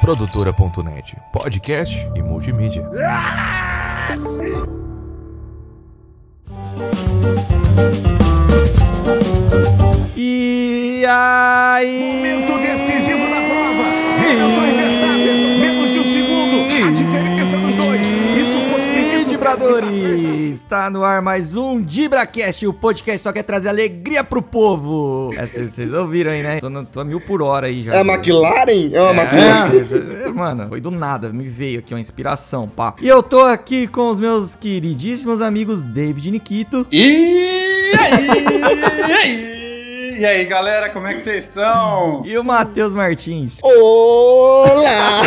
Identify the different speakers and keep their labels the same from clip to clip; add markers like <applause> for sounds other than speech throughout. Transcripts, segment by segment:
Speaker 1: Produtora.net, podcast e multimídia.
Speaker 2: E aí?
Speaker 3: Momento decisivo da prova. Hamilton e Verstappen, menos de um segundo. A diferença dos dois. Isso
Speaker 2: E
Speaker 3: possibilita o campeonato.
Speaker 2: Dibradores, está no ar mais um DibraCast, o podcast só quer trazer alegria pro povo. Vocês ouviram aí, né? Tô, no- tô a mil por hora aí já.
Speaker 4: É a McLaren? É uma McLaren?
Speaker 2: É, mano, foi do nada, me veio aqui uma inspiração, pá. E eu tô aqui com os meus queridíssimos amigos David e Nikito.
Speaker 5: E aí? E aí? E aí, galera, como é que vocês estão?
Speaker 2: E o Matheus Martins.
Speaker 4: Olá!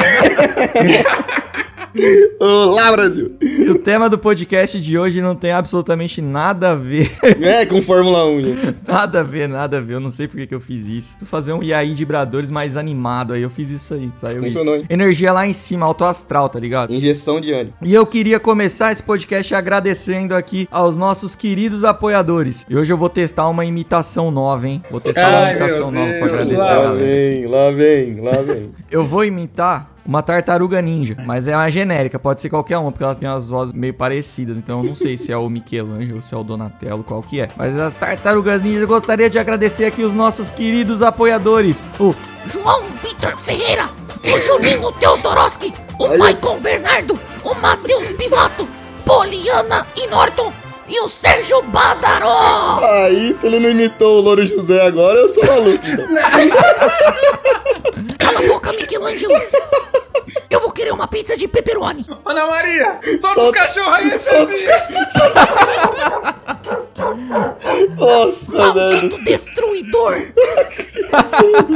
Speaker 4: Olá, Brasil!
Speaker 2: E o tema do podcast de hoje não tem absolutamente nada a ver
Speaker 4: É, com Fórmula 1. né?
Speaker 2: Nada a ver, nada a ver. Eu não sei por que que eu fiz isso. Preciso fazer um IAI de vibradores mais animado aí. Eu fiz isso aí. Saiu
Speaker 4: Funcionou,
Speaker 2: isso.
Speaker 4: hein?
Speaker 2: Energia lá em cima, alto astral, tá ligado?
Speaker 4: Injeção de ânimo.
Speaker 2: E eu queria começar esse podcast agradecendo aqui aos nossos queridos apoiadores. E hoje eu vou testar uma imitação nova, hein? Vou testar uma
Speaker 5: Ai, meu
Speaker 2: imitação nova pra
Speaker 5: Deus,
Speaker 2: agradecer,
Speaker 5: lá
Speaker 4: Lá
Speaker 2: galera.
Speaker 4: vem, lá vem, lá vem.
Speaker 2: Eu vou imitar uma tartaruga ninja, mas é uma genérica, pode ser qualquer uma, porque elas têm as vozes meio parecidas, então eu não sei se é o Michelangelo, se é o Donatello, qual que é. Mas as tartarugas ninjas, eu gostaria de agradecer aqui os nossos queridos apoiadores, o <laughs>
Speaker 6: João Vitor Ferreira, o Juninho Teodoroski, o
Speaker 4: Olha.
Speaker 6: Maicon Bernardo, o Matheus Pivato, Poliana e Norton e o Sérgio Badaró.
Speaker 4: Aí, se ele não imitou o Louro José agora, eu sou maluco. então.
Speaker 6: Cala a boca, Michelangelo. Eu vou querer uma pizza de pepperoni.
Speaker 5: Ana Maria, solta os
Speaker 4: Solta-
Speaker 5: cachorros aí, Cezinha!
Speaker 4: Nossa, velho.
Speaker 6: Maldito destruidor.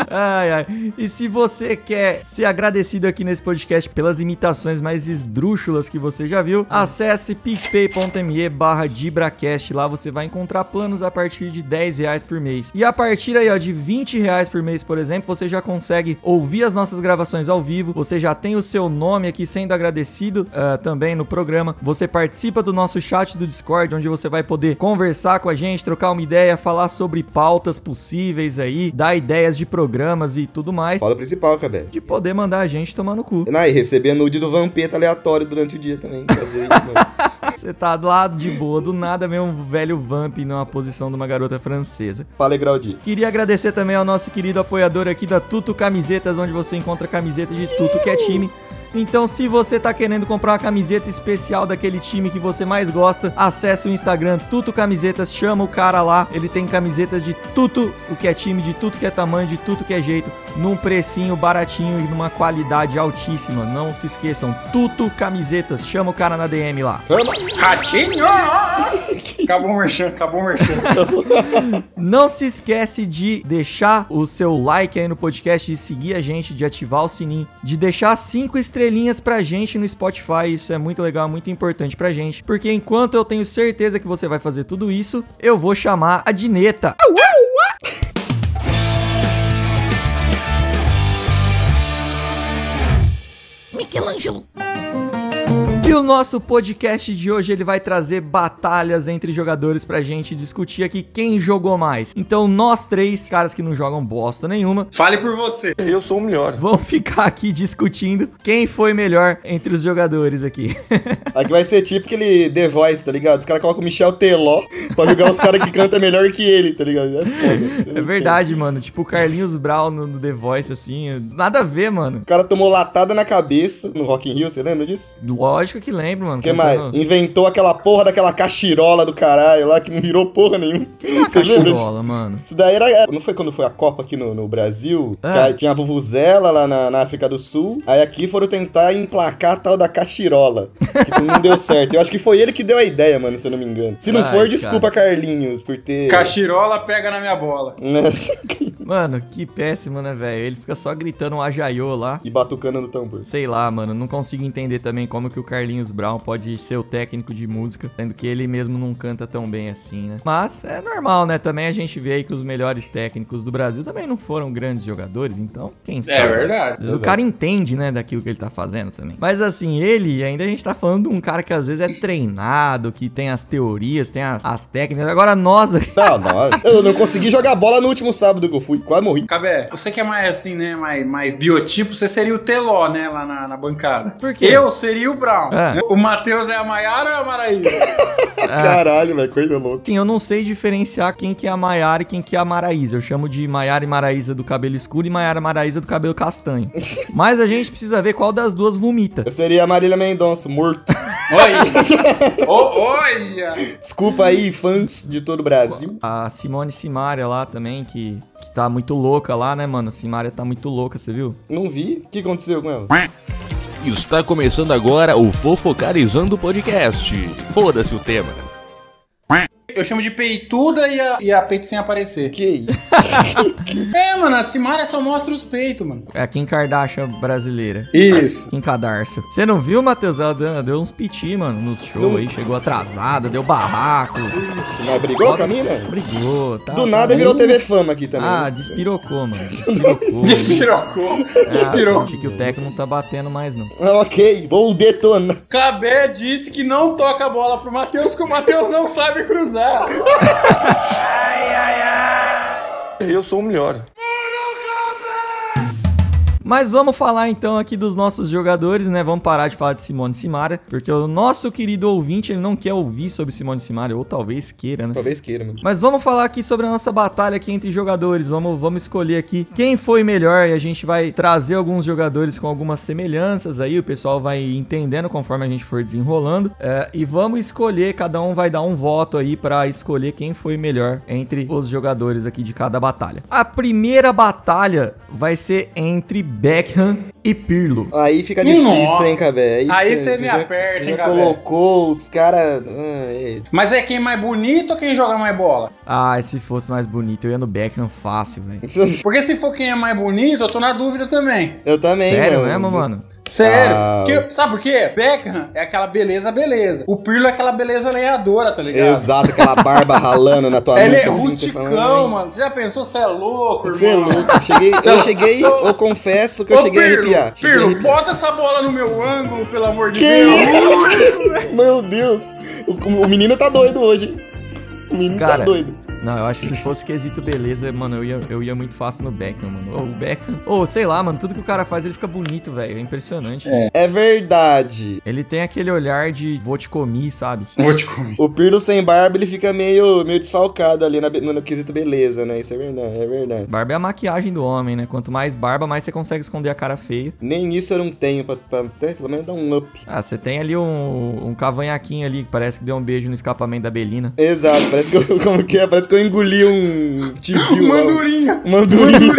Speaker 2: Ai, ai. E se você quer ser agradecido aqui nesse podcast pelas imitações mais esdrúxulas que você já viu, acesse picpay.me barra DibraCast. Lá você vai encontrar planos a partir de 10 reais por mês. E a partir aí, ó, de 20 reais por mês, por exemplo, você já consegue ouvir as nossas gravações ao vivo. Você já tem o seu nome aqui sendo agradecido ah, também no programa. Você participa do nosso chat do Discord, onde você vai poder conversar com a gente, trocar uma ideia, falar sobre pautas possíveis aí, dar ideias de programas e tudo mais.
Speaker 4: Fala o principal, cabelo.
Speaker 2: De poder mandar a gente tomar no cu.
Speaker 4: Ah, e receber nude do Vampeta aleatório durante o dia também. que às vezes, mano.
Speaker 2: Você tá lá de boa, do nada vem um velho vamp numa posição de uma garota francesa.
Speaker 4: Pra alegrar o dia.
Speaker 2: Queria agradecer também ao nosso querido apoiador aqui da Tuto Camisetas, onde você encontra camiseta de tudo que é time. Então, se você tá querendo comprar uma camiseta especial daquele time que você mais gosta, acesse o Instagram Tuto Camisetas, chama o cara lá. Ele tem camisetas de tudo o que é time, de tudo que é tamanho, de tudo que é jeito, num precinho baratinho e numa qualidade altíssima. Não se esqueçam, Tuto Camisetas, chama o cara na DM lá.
Speaker 5: Ratinho! Acabou o merchan, acabou o merchan.
Speaker 2: Não se esquece de deixar o seu like aí no podcast, de seguir a gente, de ativar o sininho, de deixar cinco estrelinhas pra gente no Spotify. Isso é muito legal, muito importante pra gente. Porque enquanto eu tenho certeza que você vai fazer tudo isso, eu vou chamar a Dineta.
Speaker 6: Michelangelo,
Speaker 2: E o nosso podcast de hoje ele vai trazer batalhas entre jogadores pra gente discutir aqui quem jogou mais. Então nós três, caras que não jogam bosta nenhuma,
Speaker 5: Fale por você.
Speaker 2: vamos <laughs> ficar aqui discutindo quem foi melhor entre os jogadores aqui. <laughs>
Speaker 4: Aqui vai ser tipo aquele The Voice, tá ligado? Os caras colocam o Michel Teló pra julgar os caras que cantam melhor que ele, tá ligado? É foda.
Speaker 2: É verdade, mano. Tipo, o Carlinhos Brown no, no The Voice, assim. Nada a ver, mano.
Speaker 4: O cara tomou latada na cabeça no Rock in Rio, você lembra disso?
Speaker 2: Lógico que lembro, mano.
Speaker 4: O que mais?
Speaker 2: cantando-
Speaker 4: Inventou aquela porra daquela cachirola do caralho lá que não virou porra nenhuma. Você lembra disso?
Speaker 2: Cachirola, mano.
Speaker 4: Isso daí era. Não foi quando foi a Copa aqui no, no Brasil?
Speaker 2: Ah.
Speaker 4: Que aí Tinha a Vuvuzela lá na, na África do Sul. Aí aqui foram tentar emplacar a tal da Cachirola. Que não deu certo. Eu acho que foi ele que deu a ideia, mano, se eu não me engano. Se não
Speaker 2: Ai,
Speaker 4: for, desculpa, Carlinhos, por ter.
Speaker 5: Cachirola pega na minha bola.
Speaker 4: Nossa,
Speaker 2: Mano, que péssimo, né, velho? Ele fica só gritando um ajaiô lá.
Speaker 4: <laughs> e batucando no tambor.
Speaker 2: Sei lá, mano. Não consigo entender também como que o Carlinhos Brown pode ser o técnico de música, sendo que ele mesmo não canta tão bem assim, né? Mas é normal, né? Também a gente vê aí que os melhores técnicos do Brasil também não foram grandes jogadores, então quem sabe?
Speaker 5: É verdade.
Speaker 2: Às vezes o cara entende, né, daquilo que ele tá fazendo também. Mas assim, ele, ainda a gente tá falando de um cara que às vezes é treinado, que tem as teorias, tem as, as técnicas. Agora nós aqui.
Speaker 4: Não, não. Eu não consegui jogar bola no último sábado que eu fui. Quase morri.
Speaker 5: Cabé, você que é mais assim, né? Mais, mais biotipo, você seria o Teló, né? Lá na, na bancada.
Speaker 2: Por quê?
Speaker 5: Eu seria o Brown.
Speaker 2: É.
Speaker 5: O Matheus é a Maiara ou a Maraíra? Ah.
Speaker 4: Caralho, velho. Coisa louca.
Speaker 2: Sim, assim, eu não sei diferenciar quem que é a Maiara e quem que é a Maraísa. Eu chamo de Maiara e Maraísa do cabelo escuro e Maiara e Maraísa do cabelo castanho. Mas a gente precisa ver qual das duas vomita.
Speaker 4: Eu seria a Marília Mendonça, morto.
Speaker 2: <laughs>
Speaker 5: Oi! Ô, olha!
Speaker 4: Desculpa aí, fãs de todo o Brasil.
Speaker 2: A Simone Simaria lá também, que, que tá muito louca lá, né, mano? A Simaria tá muito louca, você viu?
Speaker 4: Não vi. O que aconteceu com ela?
Speaker 1: Está começando agora o Fofocarizando Podcast. Foda-se o tema. né?
Speaker 5: Eu chamo de peituda e a, e a peito sem aparecer.
Speaker 4: Que isso?
Speaker 5: <laughs> É, mano, a Simara só mostra os peitos, mano.
Speaker 2: É a Kim Kardashian brasileira.
Speaker 5: Isso.
Speaker 2: Kim Cadarça. Você não viu, Matheus? Ela deu, deu uns piti, mano, nos shows aí. Chegou atrasada, deu barraco.
Speaker 4: Isso, mas brigou com a mina?
Speaker 2: Brigou, tá?
Speaker 4: Do nada virou TV fama aqui também.
Speaker 2: Ah,
Speaker 4: né?
Speaker 2: despirocou,
Speaker 4: <laughs>
Speaker 2: mano. Despirocou.
Speaker 5: Despirocou.
Speaker 2: Ah,
Speaker 4: tá.
Speaker 5: Despirou.
Speaker 2: acho que o Teco não tá batendo mais, não.
Speaker 4: Ah, ok, vou detonar.
Speaker 5: Cabé disse que não toca a bola pro Matheus, que o Matheus não sabe cruzar.
Speaker 7: Eu sou o melhor.
Speaker 2: Mas vamos falar então aqui dos nossos jogadores, né? Vamos parar de falar de Simone Simara, porque o nosso querido ouvinte, ele não quer ouvir sobre Simone Simara, ou talvez queira, né?
Speaker 4: Talvez queira, mano.
Speaker 2: Mas vamos falar aqui sobre a nossa batalha aqui entre jogadores. Vamos, vamos escolher aqui quem foi melhor e a gente vai trazer alguns jogadores com algumas semelhanças aí. O pessoal vai entendendo conforme a gente for desenrolando. É, e vamos escolher, cada um vai dar um voto aí pra escolher quem foi melhor entre os jogadores aqui de cada batalha. A primeira batalha vai ser entre Beckham e Pirlo.
Speaker 4: Aí fica difícil,
Speaker 5: Nossa.
Speaker 4: hein, Cabé?
Speaker 5: Aí
Speaker 4: fica-
Speaker 5: você me aperta,
Speaker 4: já
Speaker 5: hein, Cabé?
Speaker 4: colocou os caras... Ah, é.
Speaker 5: Mas é quem mais bonito ou quem joga mais bola?
Speaker 2: Ah, se fosse mais bonito, eu ia no Beckham fácil, velho.
Speaker 5: Porque se for quem é mais bonito, eu tô na dúvida também.
Speaker 4: Eu também,
Speaker 2: Sério
Speaker 4: mano.
Speaker 2: mesmo, mano?
Speaker 5: Sério.
Speaker 4: Ah.
Speaker 5: Porque- sabe por quê? Beckham é aquela beleza, beleza. O Pirlo é aquela beleza lenhadora, tá ligado?
Speaker 4: Exato, aquela barba ralando na tua
Speaker 5: Ele é
Speaker 4: nuca, assim, você
Speaker 5: rusticão,
Speaker 4: falando, "Ai,
Speaker 5: mano. Você já pensou? Você é louco,
Speaker 4: Você é
Speaker 5: irmão?
Speaker 4: louco, eu cheguei, eu cheguei, eu confesso que eu
Speaker 5: Ô,
Speaker 4: cheguei a
Speaker 5: Pirlo,
Speaker 4: arrepiar. Cheguei a
Speaker 5: Pirlo,
Speaker 4: arrepiar.
Speaker 5: bota essa bola no meu ângulo, pelo amor de
Speaker 4: Que
Speaker 5: Deus.
Speaker 4: isso? Meu Deus, o, o menino tá doido hoje. hein? O menino tá
Speaker 2: Cara,
Speaker 4: doido.
Speaker 2: Não, eu acho que se fosse quesito beleza, mano, eu ia, eu ia muito fácil no Beckham, mano. Ou o Beckham. Ou sei lá, mano, tudo que o cara faz ele fica bonito, velho. É impressionante. isso.
Speaker 4: É verdade.
Speaker 2: Ele tem aquele olhar de vou te comer, sabe?
Speaker 5: Vou te comer.
Speaker 4: O Pirlo sem barba, ele fica meio, meio desfalcado ali na be- no, no quesito beleza, né? Isso é verdade, é verdade.
Speaker 2: Barba é a maquiagem do homem, né? Quanto mais barba, mais você consegue esconder a cara feia.
Speaker 4: Nem isso eu não tenho, pra, pra até pelo menos dar um up.
Speaker 2: Ah, você tem ali um, um cavanhaquinho ali que parece que deu um beijo no escapamento da Belina.
Speaker 4: Exato, parece que eu, <laughs> como que é? Parece que eu engoli um tizio. lá, um-
Speaker 5: Mandurinha.
Speaker 4: Mandurinho.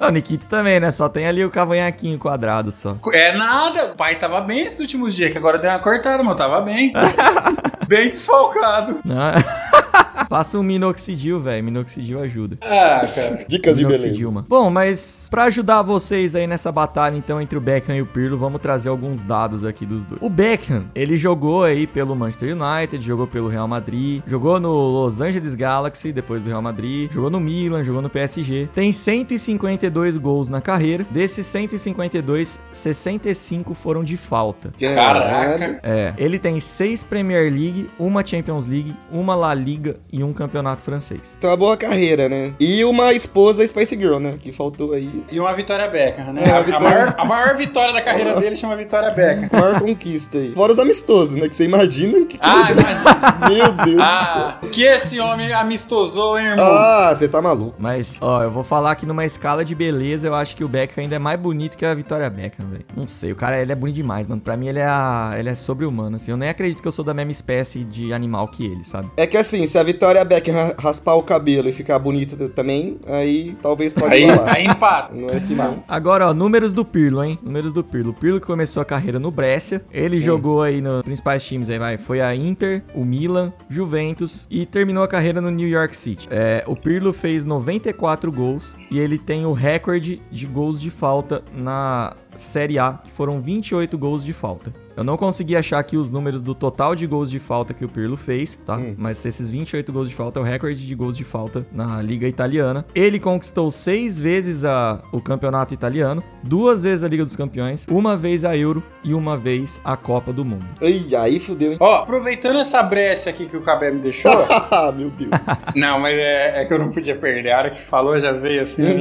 Speaker 2: Ah, o Nikito também, né? Só tem ali o cavanhaquinho quadrado só.
Speaker 5: É nada. O pai tava bem esses últimos dias, que agora deu uma cortada, mas eu tava bem.
Speaker 4: <laughs>
Speaker 5: bem desfalcado.
Speaker 2: Não. né? <laughs> Passa um minoxidil, velho. Minoxidil ajuda.
Speaker 5: Ah, cara.
Speaker 4: Dicas de
Speaker 2: Não
Speaker 4: beleza.
Speaker 2: decidiu, mano. Bom, mas pra ajudar vocês aí nessa batalha, então, entre o Beckham e o Pirlo, vamos trazer alguns dados aqui dos dois. O Beckham, ele jogou aí pelo Manchester United, jogou pelo Real Madrid, jogou no Los Angeles Galaxy, depois do Real Madrid, jogou no Milan, jogou no PSG. Tem 152 gols na carreira. Desses 152, 65 foram de falta.
Speaker 5: Caraca.
Speaker 2: É. Ele tem seis Premier League, uma Champions League, uma La Liga e um campeonato francês.
Speaker 4: Tem Então, uma boa carreira, né? E uma esposa Spice Girl, né? Que faltou aí.
Speaker 5: E uma vitória Beckham, né?
Speaker 4: É, a
Speaker 5: a,
Speaker 4: vitória-
Speaker 5: maior, a maior vitória da carreira dele chama Vitória Beckham.
Speaker 4: A Maior <laughs> conquista aí. Fora os amistosos, né? Que você imagina que... que-
Speaker 5: Ah, imagina.
Speaker 4: Meu Deus do céu.
Speaker 5: Ah, o que esse homem amistosou, hein, irmão?
Speaker 4: Ah, você tá maluco.
Speaker 2: Mas, ó, eu vou falar que numa escala de beleza, eu acho que o Beckham ainda é mais bonito que a Vitória Beckham, velho. Não sei, o cara, ele é bonito demais, mano. Pra mim, ele é, a- ele é sobre-humano, assim. Eu nem acredito que eu sou da mesma espécie de animal que ele, sabe?
Speaker 4: É que assim, se a Vitória Beckham ra- raspar o cabelo e ficar bonita t- também, aí talvez pode
Speaker 5: aí,
Speaker 4: falar.
Speaker 5: aí empata.
Speaker 4: Não é assim não.
Speaker 2: Agora, ó, números do Pirlo, hein? Números do Pirlo. O Pirlo que começou a carreira no Brescia. Ele jogou aí nos principais times aí, vai. Foi a Inter, o Milan, Juventus e terminou a carreira no New York City. É, o Pirlo fez 94 gols e ele tem o recorde de gols de falta na Série A, que foram 28 gols de falta. Eu não consegui achar aqui os números do total de gols de falta que o Pirlo fez, tá? Mas esses 28 gols de falta é o recorde de gols de falta na Liga Italiana. Ele conquistou seis vezes a- o campeonato italiano, duas vezes a Liga dos Campeões, uma vez a Euro e uma vez a Copa do Mundo.
Speaker 4: Ih, aí fudeu, hein?
Speaker 5: Ó, aproveitando essa brecha aqui que o Cabé me deixou.
Speaker 4: <laughs> Ah, <laughs> meu Deus.
Speaker 5: não, mas é, é que eu não podia perder. A hora que falou já veio assim. né?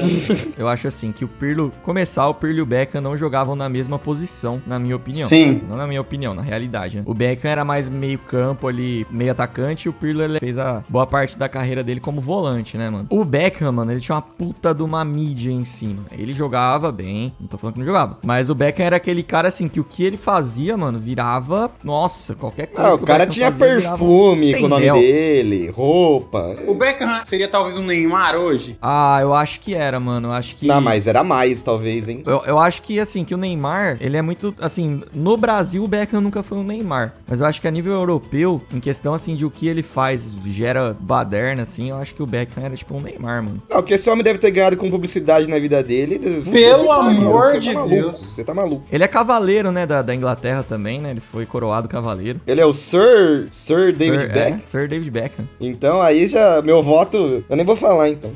Speaker 2: Eu acho assim que o Pirlo começar, o Pirlo e o Beckham não jogavam na mesma posição, na minha opinião.
Speaker 5: Sim.
Speaker 2: Não na minha opinião, na realidade. Né? O Beckham era mais meio campo ali, meio atacante, e o Pirlo ele fez a boa parte da carreira dele como volante, né, mano? O Beckham, mano, ele tinha uma puta de uma mídia em cima. Ele jogava bem, não tô falando que não jogava, mas o Beckham era aquele cara assim que o que ele fazia, mano, virava, nossa, qualquer coisa.
Speaker 4: Ah,
Speaker 2: que
Speaker 4: o cara
Speaker 2: Beckham
Speaker 4: tinha
Speaker 2: fazia, virava-
Speaker 4: perfume com o nome
Speaker 2: Entendeu?
Speaker 4: dele, roupa.
Speaker 5: O Beckham seria talvez um Neymar hoje?
Speaker 2: Ah, eu acho que era, mano. Eu acho que
Speaker 4: Não, mas era mais, talvez, hein?
Speaker 2: Eu, eu acho que, assim, que o Neymar, ele é muito, assim, no Brasil o Beckham nunca foi um Neymar, mas eu acho que a nível europeu, em questão, assim, de o que ele faz, gera baderna, assim, eu acho que o Beckham era, tipo, um Neymar, mano.
Speaker 4: Não, porque esse homem deve ter ganhado com publicidade na vida dele.
Speaker 5: Pelo amor
Speaker 4: Você tá
Speaker 5: de
Speaker 4: maluco,
Speaker 5: Deus.
Speaker 4: Você tá maluco.
Speaker 2: Ele é cavaleiro, né, da, da Inglaterra também, né, ele foi coroado cavaleiro.
Speaker 4: Ele é o Sir, Sir David
Speaker 2: Sir, é,
Speaker 4: Beck.
Speaker 2: Sir David Beckham.
Speaker 4: Então aí já, meu voto, eu nem vou falar então.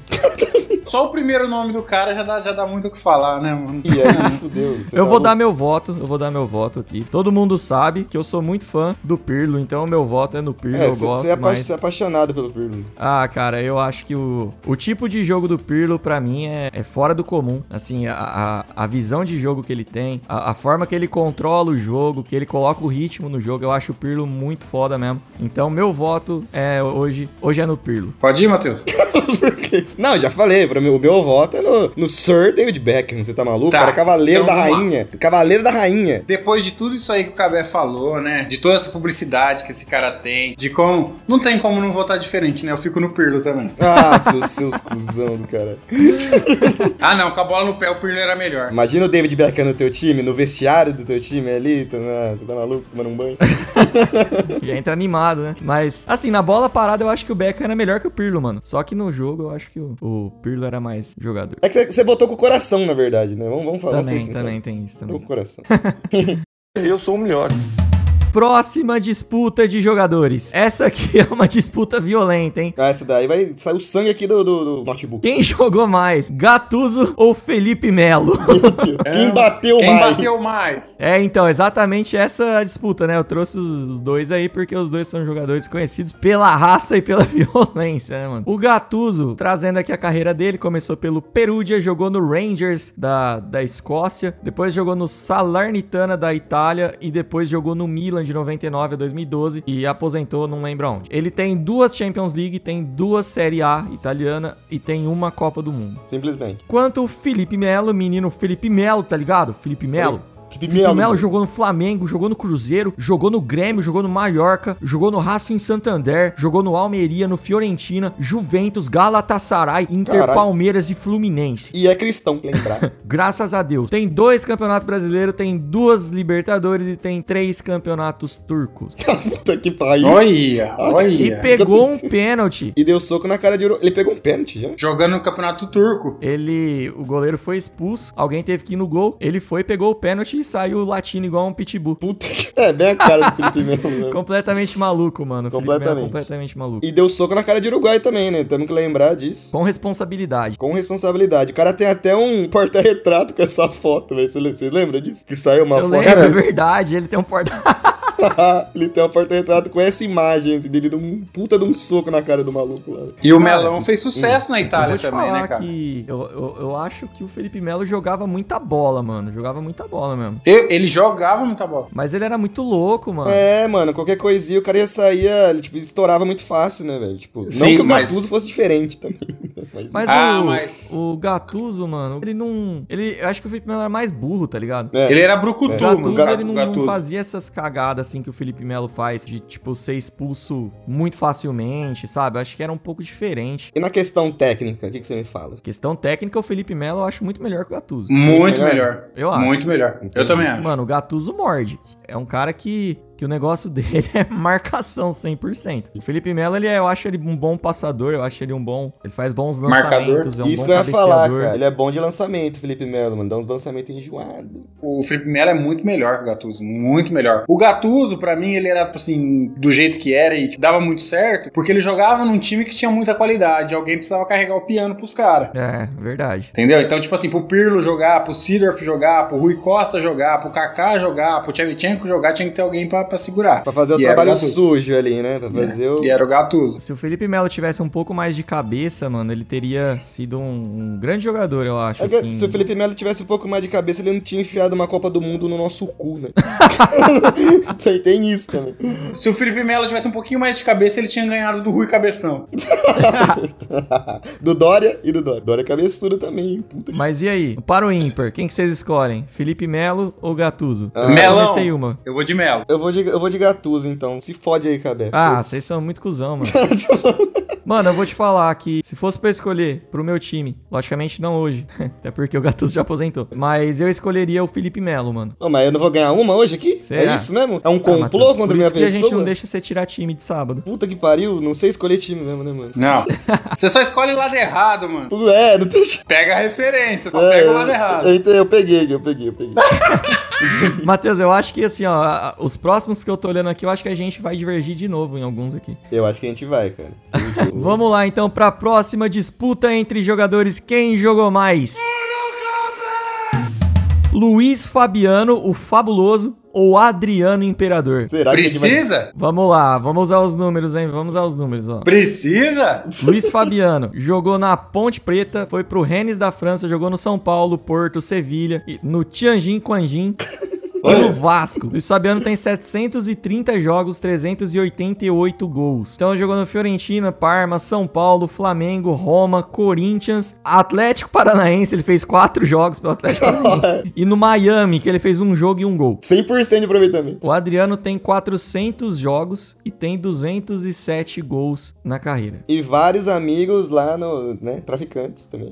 Speaker 5: Só o primeiro nome do cara já dá, já dá muito o que falar, né, mano?
Speaker 4: E
Speaker 2: é.
Speaker 4: <laughs> aí, fudeu. você
Speaker 2: eu vou
Speaker 4: tá louco.
Speaker 2: dar meu voto, eu vou dar meu voto aqui. Todo mundo sabe que eu sou muito fã do Pirlo, então o meu voto é no Pirlo,
Speaker 4: É,
Speaker 2: eu
Speaker 4: você
Speaker 2: gosto,
Speaker 4: você é, apa-
Speaker 2: mas...
Speaker 4: você é apaixonado pelo Pirlo.
Speaker 2: Ah, cara, eu acho que o, o tipo de jogo do Pirlo, pra mim, é, é fora do comum. Assim, a, a, a visão de jogo que ele tem, a, a forma que ele controla o jogo, que ele coloca o ritmo no jogo, eu acho o Pirlo muito foda mesmo. Então, meu voto é hoje, hoje é no Pirlo.
Speaker 5: Pode ir, Matheus?
Speaker 4: <laughs> Não, já falei, pra mim, o meu voto é no, no Sir David Beckham, você tá maluco?
Speaker 5: Tá,
Speaker 4: Cara, cavaleiro
Speaker 5: então
Speaker 4: da
Speaker 5: vamos lá.
Speaker 4: rainha. Cavaleiro da rainha.
Speaker 5: Depois de tudo isso aí que o Cabé falou, né? De toda essa publicidade que esse cara tem, de como. Não tem como não votar diferente, né? Eu fico no Pirlo também.
Speaker 4: Ah, seus, seus cuzão do cara.
Speaker 5: Ah, não, com a bola no pé o Pirlo era melhor.
Speaker 4: Imagina o David Beckham no teu time, no vestiário do teu time ali, tá- ah, você tá maluco, tomando um banho.
Speaker 2: Já entra <laughs> animado, né? Mas, assim, na bola parada, eu acho que o Beckham era melhor que o Pirlo, mano. Só que no jogo, eu acho que o, o Pirlo era mais jogador.
Speaker 4: É que você- você botou com o coração, na verdade, né? Vamos, vamos falar, vamos
Speaker 2: Também,
Speaker 4: ser sinceros.
Speaker 2: também tem isso
Speaker 4: Botou
Speaker 2: também.
Speaker 4: com o coração.
Speaker 7: Eu sou o melhor.
Speaker 2: Próxima disputa de jogadores. Essa aqui <laughs> é uma disputa violenta, hein?
Speaker 4: Ah, essa daí vai sair o sangue aqui do, do, do notebook.
Speaker 2: Quem <laughs> jogou mais, Gatuso ou Felipe Melo? <laughs>
Speaker 4: Quem bateu
Speaker 5: Quem
Speaker 4: mais?
Speaker 5: bateu mais?
Speaker 2: É, então, exatamente essa a disputa, né? Eu trouxe os dois aí porque os dois são jogadores conhecidos pela raça e pela <laughs> violência, né, mano? O Gatuso, trazendo aqui a carreira dele, começou pelo Perugia, jogou no Rangers da, da Escócia, depois jogou no Salernitana da Itália e depois jogou no Milan de 99 a 2012 e aposentou, não lembro aonde. Ele tem duas Champions League, tem duas Série A italiana e tem uma Copa do Mundo.
Speaker 4: Simplesmente.
Speaker 2: Quanto o Felipe Melo, menino Felipe Melo, tá ligado? Felipe Melo. Felipe Melo jogou no Flamengo, jogou no Cruzeiro, jogou no Grêmio, jogou no Mallorca, jogou no Racing Santander, jogou no Almeria, no Fiorentina, Juventus, Galatasaray, Inter,
Speaker 4: Caralho.
Speaker 2: Palmeiras e Fluminense.
Speaker 4: E é cristão, lembrar. <laughs>
Speaker 2: Graças a Deus. Tem dois campeonatos brasileiros, tem duas Libertadores e tem três campeonatos turcos.
Speaker 4: Puta que é? pariu.
Speaker 5: Olha,
Speaker 2: E
Speaker 5: olha.
Speaker 2: pegou um pênalti.
Speaker 4: E deu soco na cara de Uro. Ele pegou um pênalti já?
Speaker 5: Jogando no campeonato turco.
Speaker 2: Ele, o goleiro foi expulso, alguém teve que ir no gol, ele foi, pegou o pênalti e saiu latindo igual um pitbull.
Speaker 4: Puta que... <laughs> É, bem a cara do
Speaker 2: <laughs>
Speaker 4: Felipe Melo. mesmo.
Speaker 2: Completamente maluco, mano. O Felipe Melo é
Speaker 4: Completamente.
Speaker 2: completamente maluco.
Speaker 4: E deu soco na cara de Uruguai também, né? Temos que lembrar disso.
Speaker 2: Com responsabilidade.
Speaker 4: Com responsabilidade. O cara tem até um <laughs> porta-retrato com essa foto, né? velho. Vocês vocês lembram disso? Que saiu uma
Speaker 2: eu
Speaker 4: foto.
Speaker 2: lembro, é verdade, ele tem um porta...
Speaker 4: <laughs> ele tem um porta-retrato com essa imagem assim, dele dando um puta de um soco na cara do maluco lá.
Speaker 5: E o Melão fez sucesso na
Speaker 2: hum, Eu
Speaker 5: Itália
Speaker 2: vou te
Speaker 5: também,
Speaker 2: falar
Speaker 5: né, cara?
Speaker 2: que eu, eu, eu acho que o Felipe Melo jogava muita bola, mano. Jogava muita bola mesmo.
Speaker 5: Eu- Ele jogava muita bola.
Speaker 2: Mas ele era muito louco, mano.
Speaker 4: É, mano, qualquer coisinha o cara ia sair, ele, tipo, estourava muito fácil, né, velho? Tipo,
Speaker 5: Sim,
Speaker 4: não que o
Speaker 5: mas-
Speaker 4: Gattuso fosse diferente também. né? Mas,
Speaker 2: Mas,
Speaker 5: Ah,
Speaker 2: o,
Speaker 5: mas-
Speaker 2: o Gatuso, mano, ele não. Ele, eu acho que o Felipe Melo era mais burro, tá ligado?
Speaker 4: É.
Speaker 5: Ele era brucutu,
Speaker 2: O
Speaker 5: mano.
Speaker 2: Gattuso,
Speaker 5: Ga-
Speaker 2: ele não, não
Speaker 5: Gattuso.
Speaker 2: fazia essas cagadas assim que o Felipe Melo faz, de tipo ser expulso muito facilmente, sabe? Eu acho que era um pouco diferente.
Speaker 4: E na questão técnica, o que, que você me fala?
Speaker 2: Questão técnica, o Felipe Melo eu acho muito melhor que o Gatuso.
Speaker 5: Muito
Speaker 4: Melhor.
Speaker 5: melhor.
Speaker 2: Eu acho.
Speaker 5: Muito melhor. Eu também acho.
Speaker 2: Mano, o Gatuso morde. É um cara que que o negócio <laughs> dele é marcação 100%. O Felipe Melo, ele é, eu acho ele um bom passador, eu acho ele um bom, ele faz bons
Speaker 5: Marcador.
Speaker 2: lançamentos, é um
Speaker 4: Isso
Speaker 2: bom
Speaker 4: que eu ia falar,
Speaker 2: cabeceador.
Speaker 4: cara. Ele é bom de lançamento, Felipe Melo, mano. Dá uns lançamentos enjoados.
Speaker 5: O Felipe Melo é muito melhor que o Gattuso, muito melhor. O Gattuso, pra mim, ele era, assim, do jeito que era e tipo, dava muito certo, porque ele jogava num time que tinha muita qualidade, alguém precisava carregar o piano pros caras.
Speaker 2: É, verdade.
Speaker 5: Entendeu? Então, tipo assim, pro Pirlo jogar, pro Seedorf jogar, pro Rui Costa jogar, pro Kaká jogar, pro Tchevchenko jogar, tinha que ter alguém pra, pra segurar.
Speaker 4: Pra fazer o
Speaker 5: E era
Speaker 4: trabalho
Speaker 5: Gattuso.
Speaker 4: sujo ali, né? Pra fazer o.
Speaker 5: E é. era o Gattuso.
Speaker 2: Se o Felipe Melo tivesse um pouco mais de cabeça, mano, ele teria sido um, um grande jogador, eu acho,
Speaker 4: É que
Speaker 2: assim.
Speaker 4: Se o Felipe Melo tivesse um pouco mais de cabeça, ele não tinha enfiado uma Copa do Mundo no nosso
Speaker 2: <laughs>
Speaker 4: cu, né? tem, tem isso também. <laughs>
Speaker 5: Se o Felipe Melo tivesse um pouquinho mais de cabeça, ele tinha ganhado do Rui Cabeção.
Speaker 4: do Dória e do Dória. Dória é cabeçudo também, hein? Puta que...
Speaker 2: Mas e aí? Para o ímpar, quem que vocês escolhem? Felipe Melo ou Gatuso?
Speaker 4: Ah.
Speaker 5: Melão.
Speaker 2: Eu sei uma.
Speaker 5: Eu vou de Melo.
Speaker 4: Eu vou de, eu vou de Gatuso, então. Se fode aí, Cabé.
Speaker 2: Ah,
Speaker 4: Putz.
Speaker 2: vocês são muito cuzão,
Speaker 4: <laughs>
Speaker 2: mano. mano, eu vou te falar que se fosse pra eu escolher pro meu time, logicamente não hoje, <laughs> até porque o Gatuso já aposentou, mas eu escolheria o Felipe Melo, mano.
Speaker 4: Ô, mas eu não vou ganhar uma hoje aqui?
Speaker 2: Será?
Speaker 4: É isso mesmo? É um
Speaker 2: Ah,
Speaker 4: complô
Speaker 2: Matheus,
Speaker 4: contra
Speaker 2: por
Speaker 4: minha
Speaker 2: isso que
Speaker 4: pessoa?
Speaker 2: a gente não deixa você tirar time de sábado. <laughs>
Speaker 4: Puta que pariu, não sei escolher time mesmo, né, mano?
Speaker 5: Não. <laughs> Você só escolhe o lado errado, mano.
Speaker 4: Tudo é, não tem jeito.
Speaker 5: Pega a referência, só
Speaker 4: É,
Speaker 5: pega Tá o lado
Speaker 4: eu-
Speaker 5: errado.
Speaker 4: Eu, ente- eu peguei, eu peguei, eu peguei.
Speaker 2: Matheus, eu acho que assim, ó, a- a- os próximos que eu tô olhando aqui, eu acho que a gente vai divergir de novo em alguns aqui.
Speaker 4: eu acho que a gente vai, cara.
Speaker 2: <laughs> Vamos lá então pra próxima disputa entre jogadores quem jogou mais. Luiz Fabiano, o fabuloso ou Adriano Imperador?
Speaker 4: Será que a gente vai-
Speaker 5: Precisa?
Speaker 2: Vamos lá, vamos usar os números, hein? Vamos usar os números, ó.
Speaker 5: Precisa?
Speaker 2: Luiz Fabiano jogou na Ponte Preta, foi pro Rennes da França, jogou no São Paulo, Porto, Sevilha, e no Tianjin, Quanjin. E no Vasco. Luiz Fabiano tem 730 jogos, 388 gols. Então jogou no Fiorentina, Parma, São Paulo, Flamengo, Roma, Corinthians, Atlético Paranaense, ele fez 4 jogos pelo Atlético Paranaense. e no Miami, que ele fez um jogo e um gol.
Speaker 4: 100% de aproveitamento.
Speaker 2: O Adriano tem 400 jogos e tem 207 gols na carreira.
Speaker 4: E vários amigos lá no, né,
Speaker 2: <laughs>
Speaker 4: traficantes também.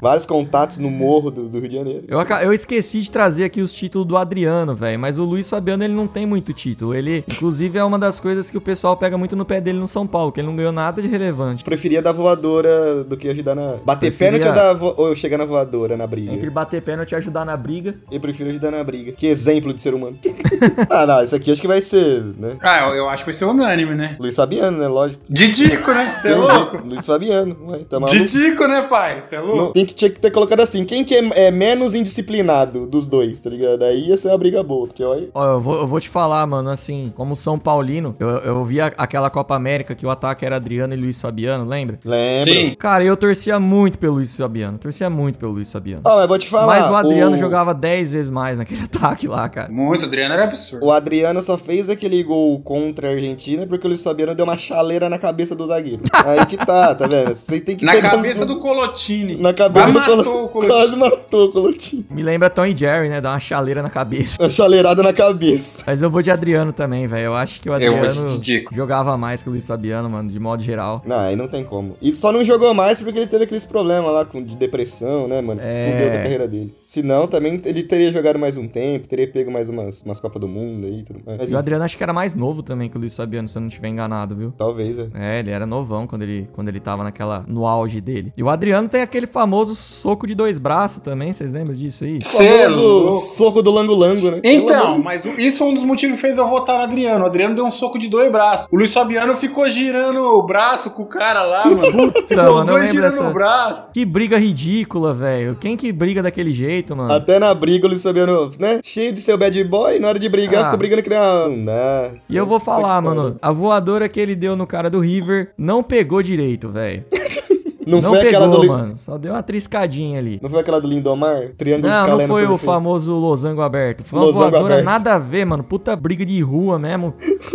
Speaker 4: vários contatos no morro do, do Rio de Janeiro.
Speaker 2: Eu, aca- eu esqueci de trazer aqui os títulos do Adriano, velho. Mas o Luiz Fabiano, ele não tem muito título. Ele, inclusive, é uma das coisas que o pessoal pega muito no pé dele no São Paulo, que ele não ganhou nada de relevante.
Speaker 4: Preferia dar voadora do que ajudar na. Bater
Speaker 2: Preferia-
Speaker 4: pênalti ou, dar vo- ou eu chegar na voadora na briga?
Speaker 2: Entre bater pênalti e ajudar na briga.
Speaker 4: Eu prefiro ajudar na briga. Que exemplo de ser humano. <laughs> ah, não, isso aqui acho que vai ser, né?
Speaker 5: Ah, eu, eu acho que vai ser unânime, né?
Speaker 4: Luiz Fabiano, né? Lógico.
Speaker 5: Didico, né? Você é
Speaker 4: Tem um
Speaker 5: louco?
Speaker 4: jeito. Luiz Fabiano. Ué, tá maluco?
Speaker 5: Didico, né, pai? Você é louco?
Speaker 4: Não, tem que, tinha que ter colocado assim, quem que é, é menos indisciplinado dos dois, tá ligado? Aí ia ser uma briga boa, porque olha...
Speaker 2: Ó, eu vou, eu vou te falar, mano, assim, como São Paulino, eu, eu vi a- aquela Copa América que o ataque era Adriano e Luiz Fabiano, lembra?
Speaker 4: Lembra?
Speaker 5: Sim.
Speaker 2: Cara, eu torcia muito pelo Luiz Fabiano. Torcia muito pelo Luiz Fabiano.
Speaker 4: Ó, mas vou te falar...
Speaker 2: Mas o Adriano jogava 10 vezes mais naquele <laughs> ataque lá, cara.
Speaker 5: Muito, Adriano era absurdo.
Speaker 4: O Adriano só fez aquele gol contra a Argentina porque o Luiz Fabiano deu uma chaleira na cabeça do zagueiro. Aí que tá, tá vendo? Vocês têm que
Speaker 5: Na
Speaker 4: pegar um-
Speaker 5: cabeça do Colotini.
Speaker 4: Na cabeça
Speaker 5: Mas
Speaker 4: do
Speaker 5: matou
Speaker 4: Colo-
Speaker 5: o Colotini.
Speaker 4: Quase matou o Colotinho.
Speaker 2: Me lembra Tom e Jerry, né? Dá uma chaleira na cabeça.
Speaker 4: <laughs> Uma chaleirada na cabeça.
Speaker 2: Mas eu vou de Adriano também, velho. Eu acho que o
Speaker 5: Eu
Speaker 2: Adriano
Speaker 5: vou de Didico.
Speaker 2: jogava mais que o Luiz Fabiano, mano, de modo geral.
Speaker 4: Não, aí não tem como. E só não jogou mais porque ele teve aqueles problemas lá com, de depressão, né, mano?
Speaker 2: É.
Speaker 4: Fudeu com a carreira dele. Se não, também ele teria jogado mais um tempo, teria pego mais umas, umas Copas do Mundo aí e tudo mais. Mas,
Speaker 2: E o Adriano acho que era mais novo também que o Luiz Fabiano, se eu não estiver enganado, viu?
Speaker 4: talvez, é.
Speaker 2: É, ele era novão quando ele, quando ele tava naquela, no auge dele. E o Adriano tem aquele famoso soco de dois braços também, vocês lembram disso aí?
Speaker 5: Cê é louco.
Speaker 4: famoso soco do lango-lango, né? Pelo amor
Speaker 5: Então,
Speaker 4: de-
Speaker 5: mas o- isso foi um dos motivos que fez eu votar no Adriano. O Adriano deu um soco de dois braços. O Luiz Fabiano ficou girando o braço com o cara lá,
Speaker 4: <laughs>
Speaker 5: mano. ficou
Speaker 2: mano, eu
Speaker 5: os dois
Speaker 2: lembro
Speaker 5: girando
Speaker 2: dessa-
Speaker 5: o braço.
Speaker 2: Que briga ridícula, velho. Quem que briga daquele jeito, mano?
Speaker 4: Até na briga, o Luiz Fabiano, né? Cheio de seu bad boy, na hora de brigar,
Speaker 2: Ah.
Speaker 4: ficou brigando que nem uma... Não dá.
Speaker 2: E eu vou falar,
Speaker 4: Puta que
Speaker 2: mano, a voadora que ele deu no cara do River não pegou direito, velho.
Speaker 4: pariu. <laughs> Não,
Speaker 2: Não,
Speaker 4: foi
Speaker 2: pegou,
Speaker 4: aquela do... Lin-
Speaker 2: mano. Só deu uma triscadinha ali.
Speaker 4: Não foi aquela do Lindomar? Triângulo
Speaker 2: Não, não
Speaker 4: escaleno
Speaker 2: foi o
Speaker 4: perfeito.
Speaker 2: famoso losango aberto. Foi uma
Speaker 4: Losango
Speaker 2: voadora
Speaker 4: aberto.
Speaker 2: nada a ver, mano. Puta briga de rua
Speaker 4: <laughs>
Speaker 2: mesmo.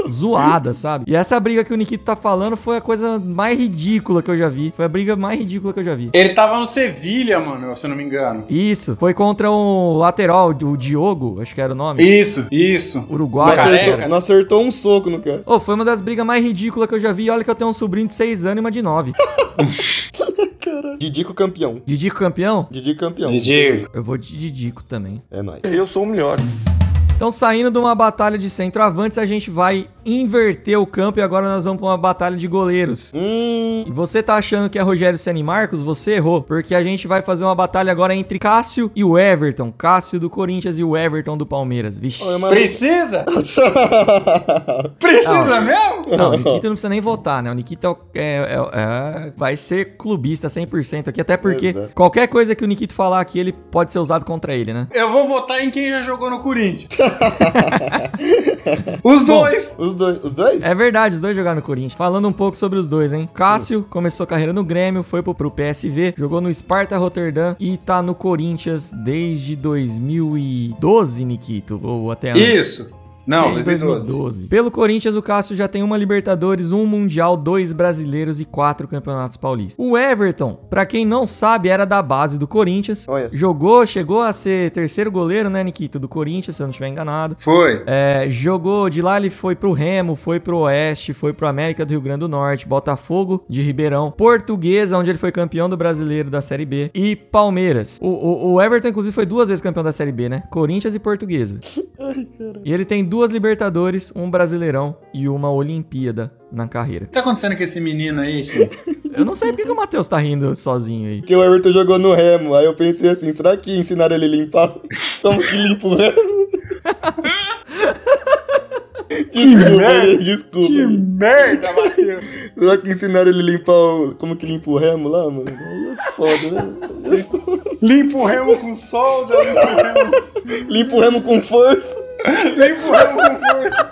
Speaker 2: zoada, sabe? E essa briga que o Nikito tá falando foi a coisa mais ridícula que eu já vi. Foi a briga mais ridícula que eu já vi.
Speaker 5: Ele tava no Sevilha, mano, se eu não me engano.
Speaker 2: Isso, foi contra um lateral, o Diogo, acho que era o nome.
Speaker 5: Isso, isso.
Speaker 2: Uruguai.
Speaker 4: Não
Speaker 5: Nossa,
Speaker 2: Cara.
Speaker 5: Careca.
Speaker 4: acertou, não acertou um soco no cara.
Speaker 2: Ô, foi uma das brigas mais ridículas que eu já vi. E Olha que eu tenho um sobrinho de 6 anos e uma de <laughs> 9.
Speaker 4: Didico campeão.
Speaker 2: Didico campeão?
Speaker 4: Didico campeão.
Speaker 5: Didico.
Speaker 2: Eu vou de Didico também.
Speaker 4: É nóis.
Speaker 7: Eu sou o melhor.
Speaker 2: Então, saindo de uma batalha de centroavantes, a gente vai inverter o campo e agora nós vamos pra uma batalha de goleiros.
Speaker 4: Hum,
Speaker 2: E você tá achando que é Rogério Senna e Marcos? Você errou, porque a gente vai fazer uma batalha agora entre Cássio e o Everton. Cássio do Corinthians e o Everton do Palmeiras. Vixe.
Speaker 4: eu mando-
Speaker 5: Precisa? Precisa mesmo?
Speaker 2: Não, o Nikita não precisa nem votar, né? O Nikita é o- é- é- é- vai ser clubista 100% aqui, até porque
Speaker 4: Exato.
Speaker 2: qualquer coisa que o Nikita falar aqui, ele pode ser usado contra ele, né?
Speaker 5: Eu vou votar em quem já jogou no Corinthians. Os dois.
Speaker 4: Os dois? Os dois?
Speaker 2: É verdade, os dois jogaram no Corinthians. Falando um pouco sobre os dois, hein? Cássio começou a carreira no Grêmio, foi pro, pro PSV, jogou no Sparta Rotterdam e tá no Corinthians desde 2012, Nikito, ou até antes.
Speaker 5: Isso. Não,
Speaker 2: Desde
Speaker 5: 2012.
Speaker 2: Pelo Corinthians, o Cássio já tem uma Libertadores, um Mundial, dois brasileiros e quatro campeonatos paulistas. O Everton, pra quem não sabe, era da base do Corinthians.
Speaker 4: Olha só.
Speaker 2: Jogou, chegou a ser terceiro goleiro, né, Nikito, do Corinthians, se eu não estiver enganado.
Speaker 5: Foi.
Speaker 2: É, jogou de lá, ele foi pro Remo, foi pro Oeste, foi pro América do Rio Grande do Norte, Botafogo de Ribeirão, Portuguesa, onde ele foi campeão do brasileiro da Série B, e Palmeiras. O, o- o Everton, inclusive, foi duas vezes campeão da Série B, né? Corinthians e Portuguesa. e ele tem duas Libertadores, um Brasileirão e uma Olimpíada na carreira.
Speaker 5: O que tá acontecendo com esse menino aí? que-
Speaker 2: Eu não sei por que que o Matheus tá rindo sozinho aí.
Speaker 4: Porque o Everton jogou no remo. Aí eu pensei assim, será que ensinaram ele a
Speaker 5: <laughs>
Speaker 4: limpar? Como que limpa o remo? desculpa,
Speaker 5: merda.
Speaker 4: gente, desculpa.
Speaker 5: merda, Matheus.
Speaker 4: Será que ensinaram ele a limpar o... Como que limpa o remo lá, mano? Aí é foda, né?
Speaker 5: Limpa o remo com solda, limpa o remo,
Speaker 4: <laughs> Limpa o remo com força.
Speaker 5: limpa o remo com força.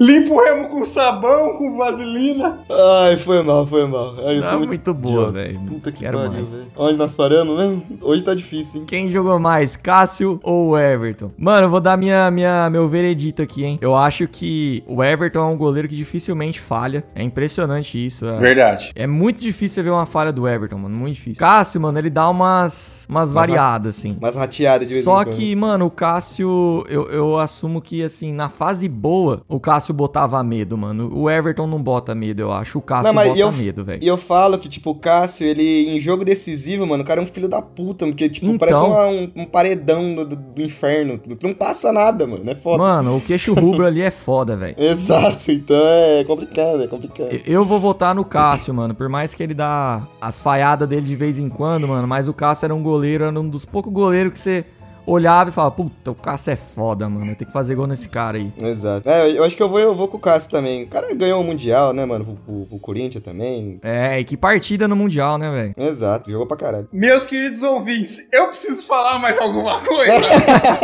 Speaker 5: Limpa o remo com sabão, com vaselina.
Speaker 4: Ai, foi mal, foi mal. Ai, eu sou
Speaker 2: Tá muito boa,
Speaker 4: é idiota.
Speaker 2: velho.
Speaker 4: Puta que
Speaker 2: Quero
Speaker 4: pariu,
Speaker 2: mais.
Speaker 4: velho. Onde nós paramos mesmo? Hoje tá difícil, hein?
Speaker 2: Quem jogou mais, Cássio ou Everton? Mano, eu vou dar minha, minha, meu veredito aqui, hein? Eu acho que o Everton é um goleiro que dificilmente falha. É impressionante isso. É,
Speaker 5: Verdade.
Speaker 2: é muito difícil você ver uma falha do Everton, mano. Muito difícil. Cássio, mano, ele dá umas, umas variadas, assim.
Speaker 4: Mas rateado de vez
Speaker 2: Só
Speaker 4: em quando.
Speaker 2: que, mano, o Cássio, eu, eu assumo que, assim, na fase boa, o Cássio botava medo, mano. O Everton não bota medo, eu acho. O Cássio
Speaker 4: Não, mas
Speaker 2: bota
Speaker 4: e eu-
Speaker 2: medo, velho.
Speaker 4: E eu falo que, tipo, o Cássio, ele, em jogo decisivo, mano, o cara é um filho da puta, porque, tipo,
Speaker 2: Então.
Speaker 4: parece uma- um, um paredão do, do- do inferno. Não passa nada, mano, é foda.
Speaker 2: Mano, o queixo rubro ali é foda, velho.
Speaker 4: Exato, então é complicado, é complicado.
Speaker 2: Eu- Eu vou votar no Cássio, mano. Por mais que ele dá as falhadas dele de vez em quando, mano. Mas o Cássio era um goleiro, era um dos poucos goleiros que você olhava e falava: Puta, o Cássio é foda, mano. Tem que fazer gol nesse cara aí.
Speaker 4: Exato. É, eu- eu acho que eu vou, eu vou com o Cássio também. O cara ganhou o Mundial, né, mano, o, o, Corinthians também.
Speaker 2: É, e que partida no Mundial, né, velho?
Speaker 4: Exato, jogou pra caralho.
Speaker 5: Meus queridos ouvintes, eu preciso falar mais alguma coisa? eu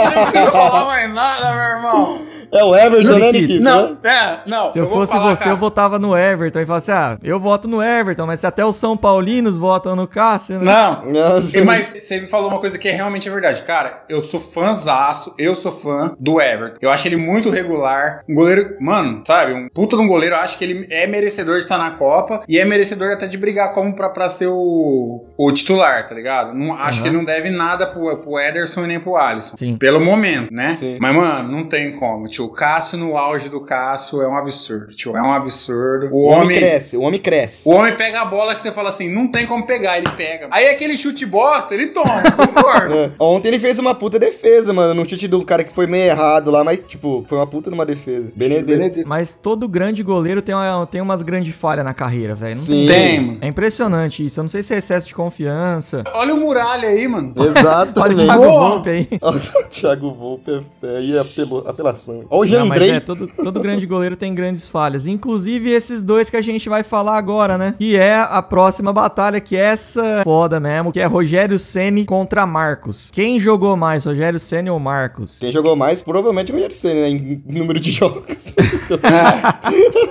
Speaker 5: não preciso falar mais nada, meu irmão.
Speaker 4: É o Everton, né,
Speaker 2: Nikito?
Speaker 4: Nikito?
Speaker 5: Não, é, não.
Speaker 2: Se eu,
Speaker 5: vou
Speaker 2: fosse
Speaker 5: falar,
Speaker 2: você,
Speaker 5: cara.
Speaker 2: eu votava no Everton e falasse: Ah, eu voto no Everton, mas se até os São Paulinos votam no Cássio, né?
Speaker 5: Não,
Speaker 4: Nossa.
Speaker 5: E, Mas você me falou uma coisa que é realmente verdade. Cara, eu sou fãzaço, eu sou fã do Everton. Eu acho ele muito regular. Um goleiro, mano, sabe? Um puta de um goleiro. Eu acho que ele é merecedor de estar na Copa e é merecedor até de brigar como pra, pra ser o, o titular, tá ligado? Não, acho
Speaker 2: Aham.
Speaker 5: que ele não deve nada pro, pro Ederson e nem pro Alisson.
Speaker 2: Sim.
Speaker 5: Pelo momento, né?
Speaker 4: Sim.
Speaker 5: Mas, mano, não tem como. Tio, o Cássio no auge do Cássio é um absurdo. Tio, é um absurdo. O,
Speaker 4: O homem,
Speaker 5: homem
Speaker 4: cresce, o homem cresce.
Speaker 5: o homem pega a bola que você fala assim, não tem como pegar, ele pega. Aí aquele chute bosta, ele toma, <laughs> concordo.
Speaker 4: É. Ontem ele fez uma puta defesa, mano, no chute do cara que foi meio errado lá, mas, tipo, foi uma puta numa defesa.
Speaker 5: É,
Speaker 4: Benedetto.
Speaker 2: Mas todo grande goleiro tem, uma- tem umas grandes falhas na carreira, velho. Não
Speaker 4: Sim.
Speaker 5: Tem, mano.
Speaker 2: É impressionante isso. Eu não sei se é excesso de confiança.
Speaker 5: Olha o muralha aí, mano.
Speaker 4: Exatamente.
Speaker 2: Olha o Thiago
Speaker 5: Boa.
Speaker 2: Volpe aí.
Speaker 4: Nossa, o Thiago Volpe é- é, aí é apelo- apelação. Olha o
Speaker 2: Não, mas
Speaker 4: Jandrei.
Speaker 2: é, todo, todo grande goleiro tem grandes falhas. Inclusive esses dois que a gente vai falar agora, né? Que é a próxima batalha, que é essa foda mesmo, que é Rogério Ceni contra Marcos. Quem jogou mais, Rogério Ceni ou Marcos?
Speaker 4: Quem jogou mais, provavelmente o Rogério Senna, né? Em número de
Speaker 2: <laughs>
Speaker 4: jogos.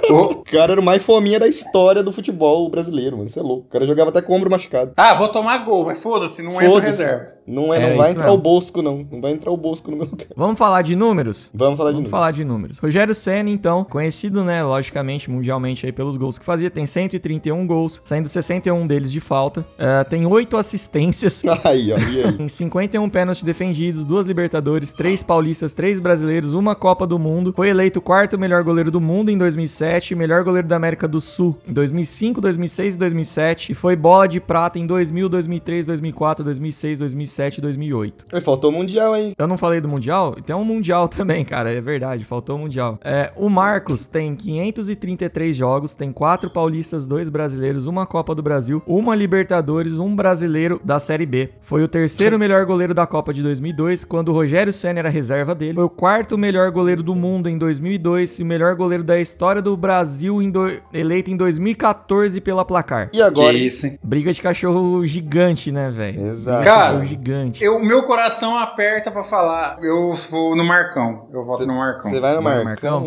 Speaker 5: O-
Speaker 4: o cara era o mais fominha da história do futebol brasileiro, mano. Isso é louco. O cara jogava até com o ombro machucado.
Speaker 5: Ah, vou tomar gol, mas foda-se, não entra o
Speaker 4: Foda-se.
Speaker 5: reserva.
Speaker 4: Não, é,
Speaker 2: É,
Speaker 4: não vai
Speaker 2: isso
Speaker 4: entrar
Speaker 2: mesmo.
Speaker 4: o Bosco, não. Não vai entrar o Bosco no meu lugar.
Speaker 2: Vamos falar de números?
Speaker 4: Vamos falar de
Speaker 2: Vamos
Speaker 4: novo.
Speaker 2: falar de números. Rogério Senna, então, conhecido, né, logicamente, mundialmente aí pelos gols que fazia, tem 131 gols, saindo 61 deles de falta, eh, tem 8 assistências,
Speaker 4: <laughs> Aí, ó. E aí?
Speaker 2: Em 51 pênaltis defendidos, duas Libertadores, três paulistas, três brasileiros, uma Copa do Mundo. Foi eleito o quarto melhor goleiro do mundo em 2007, melhor goleiro da América do Sul em 2005, 2006 e 2007 e foi bola de prata em 2000, 2003, 2004, 2006, 2007 e 2008.
Speaker 4: Aí Faltou o Mundial, hein?
Speaker 2: Eu não falei do Mundial? Tem um Mundial <laughs> também, cara. É verdade, faltou o Mundial. É, o Marcos tem 533 jogos, tem quatro paulistas, dois brasileiros, uma Copa do Brasil, uma Libertadores, um brasileiro da Série B. Foi o terceiro melhor goleiro da Copa de 2002, quando o Rogério Senna era reserva dele. Foi o quarto melhor goleiro do mundo em 2002 e o melhor goleiro da história do Brasil, em do- eleito em 2014 pela Placar.
Speaker 4: E agora?
Speaker 5: Que isso, hein?
Speaker 2: Briga de cachorro gigante, né, velho?
Speaker 4: Exato.
Speaker 5: Cara,
Speaker 2: Cachorro gigante.
Speaker 5: Eu, meu coração aperta pra falar. Eu vou no Marcão. Eu voto no Marcão.
Speaker 4: Você vai no
Speaker 2: Vai no
Speaker 4: Marcão?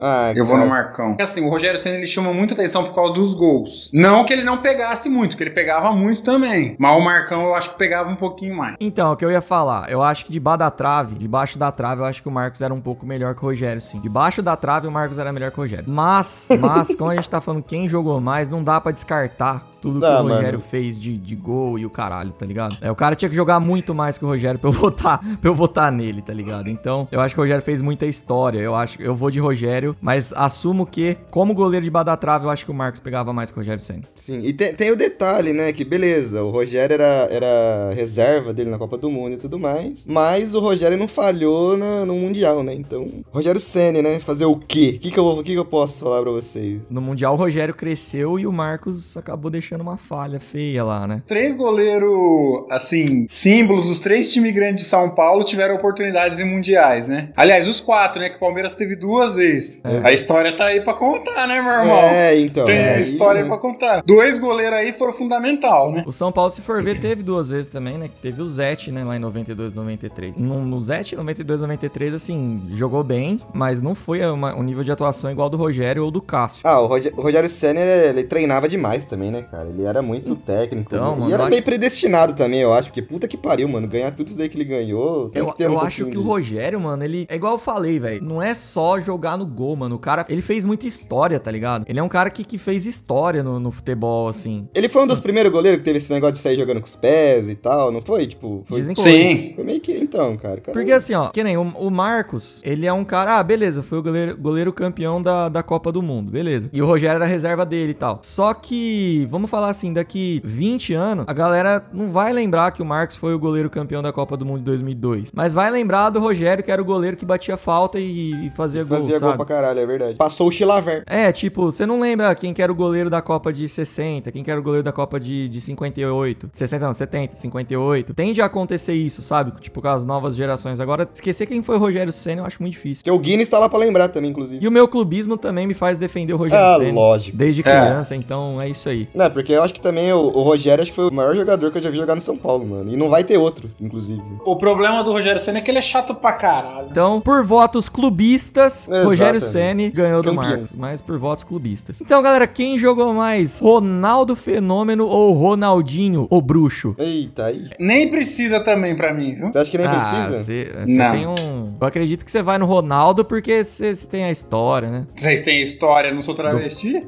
Speaker 4: Ah,
Speaker 5: Eu vou no
Speaker 4: cara.
Speaker 5: Marcão. Porque, Assim, o Rogério Senna ele chama muita atenção por causa dos gols. Não que ele não pegasse muito, que ele pegava muito também. Mas o Marcão eu acho que pegava um pouquinho mais.
Speaker 2: Então, o que eu ia falar, eu acho que debaixo da trave, debaixo da trave, eu acho que o Marcos era um pouco melhor que o Rogério, sim. Debaixo da trave, o Marcos era melhor que o Rogério. Mas, mas, como a gente tá falando quem jogou mais, não dá pra descartar tudo
Speaker 4: Dá,
Speaker 2: que o Rogério
Speaker 4: mano.
Speaker 2: fez de, de gol e o caralho, tá ligado? É, o cara tinha que jogar muito mais que o Rogério pra eu <laughs> votar, pra eu votar nele, tá ligado? Então, eu acho que o Rogério fez muita história. Eu acho eu vou de Rogério, mas assumo que, como goleiro debaixo da trave, eu acho que o Marcos pegava mais que o Rogério Senna.
Speaker 4: Sim, e tem, tem o detalhe, né? Que beleza, o Rogério era, era reserva dele na Copa do Mundo e tudo mais. Mas o Rogério não falhou na- no Mundial, né? Então, Rogério Senna, né? Fazer o quê? O que, que, eu, vou- que, que eu posso falar pra vocês?
Speaker 2: No Mundial, o Rogério cresceu e o Marcos acabou deixando uma falha feia lá, né?
Speaker 5: Três goleiros, assim, símbolos dos três times grandes de São Paulo tiveram oportunidades em mundiais, né? Aliás, os quatro, né? Que o Palmeiras teve duas vezes. A história tá aí pra contar, né, meu irmão?
Speaker 4: É, então.
Speaker 5: Tem
Speaker 4: aí,
Speaker 5: história
Speaker 4: né?
Speaker 5: pra contar. Dois goleiros aí foram fundamental, né?
Speaker 2: O São Paulo, se for ver, teve duas vezes também, né? Que teve o Zete, né? Lá em 92, 93. No, no Zete, 92, 93, assim, jogou bem, mas não foi uma- um nível de atuação igual do Rogério ou do Cássio.
Speaker 4: Ah, o Roger- o Rogério Senna, ele, ele treinava demais também, né, cara? Ele era muito técnico.
Speaker 2: Então,
Speaker 4: né?
Speaker 2: mano,
Speaker 4: e
Speaker 2: eu
Speaker 4: era
Speaker 2: acho-
Speaker 4: meio predestinado também, eu acho. Porque puta que pariu, mano. Ganhar tudo isso daí que ele ganhou. Tem
Speaker 2: Eu,
Speaker 4: que ter um
Speaker 2: eu acho
Speaker 4: pouquinho
Speaker 2: que o
Speaker 4: de-
Speaker 2: Rogério, mano, ele. É igual eu falei, velho. Não é só jogar no gol, mano. O cara. Ele fez muita história, tá ligado? Ele é um cara que, que fez história no, no futebol, assim.
Speaker 4: Ele foi um dos primeiros goleiros que teve esse negócio de sair jogando com os pés e tal, não foi? Tipo, foi,
Speaker 2: Dizem que
Speaker 5: Sim.
Speaker 4: foi meio que então, cara. cara
Speaker 2: Porque assim, ó, que nem o, o Marcos, ele é um cara, ah, beleza, foi o goleiro, goleiro campeão da, da Copa do Mundo, beleza. E o Rogério era a reserva dele e tal. Só que, vamos falar assim, daqui 20 anos, a galera não vai lembrar que o Marcos foi o goleiro campeão da Copa do Mundo de 2002. Mas vai lembrar do Rogério, que era o goleiro que batia falta e, e fazia, gol,
Speaker 4: Fazia gol
Speaker 2: sabe?
Speaker 4: pra caralho, é verdade. Passou o Chilaver.
Speaker 2: É, tipo, você não lembra quem que era o goleiro da Copa de 60, quem que era o goleiro da Copa de, de 58, 60 não, 70, 58. Tende a acontecer isso, sabe? Tipo, com as novas gerações. Agora, esquecer quem foi o Rogério Senna eu acho muito difícil.
Speaker 4: Porque o Guinness tá lá pra lembrar também, inclusive.
Speaker 2: E o meu clubismo também me faz defender o Rogério
Speaker 4: Ah,
Speaker 2: Senna.
Speaker 4: lógico.
Speaker 2: Desde criança, então é isso aí.
Speaker 4: Não, porque eu acho que também o, o Rogério acho que foi o maior jogador que eu já vi jogar no São Paulo, mano. E não vai ter outro, inclusive.
Speaker 5: O problema do Rogério Senna é que ele é chato pra caralho.
Speaker 2: Então, por votos clubistas,
Speaker 4: Exatamente.
Speaker 2: Rogério Ceni ganhou do
Speaker 4: Campeão.
Speaker 2: Marcos, mas por votos clubistas. Então, galera, quem jogou mais? Ronaldo Fenômeno ou Ronaldinho, o bruxo?
Speaker 4: Eita, aí.
Speaker 5: Nem precisa também pra mim, viu?
Speaker 4: Você acha que nem
Speaker 2: ah,
Speaker 4: precisa?
Speaker 2: Você
Speaker 5: Não.
Speaker 2: tem um. Eu acredito que você vai no Ronaldo porque você tem a história, né?
Speaker 5: Vocês têm história, não sou travesti?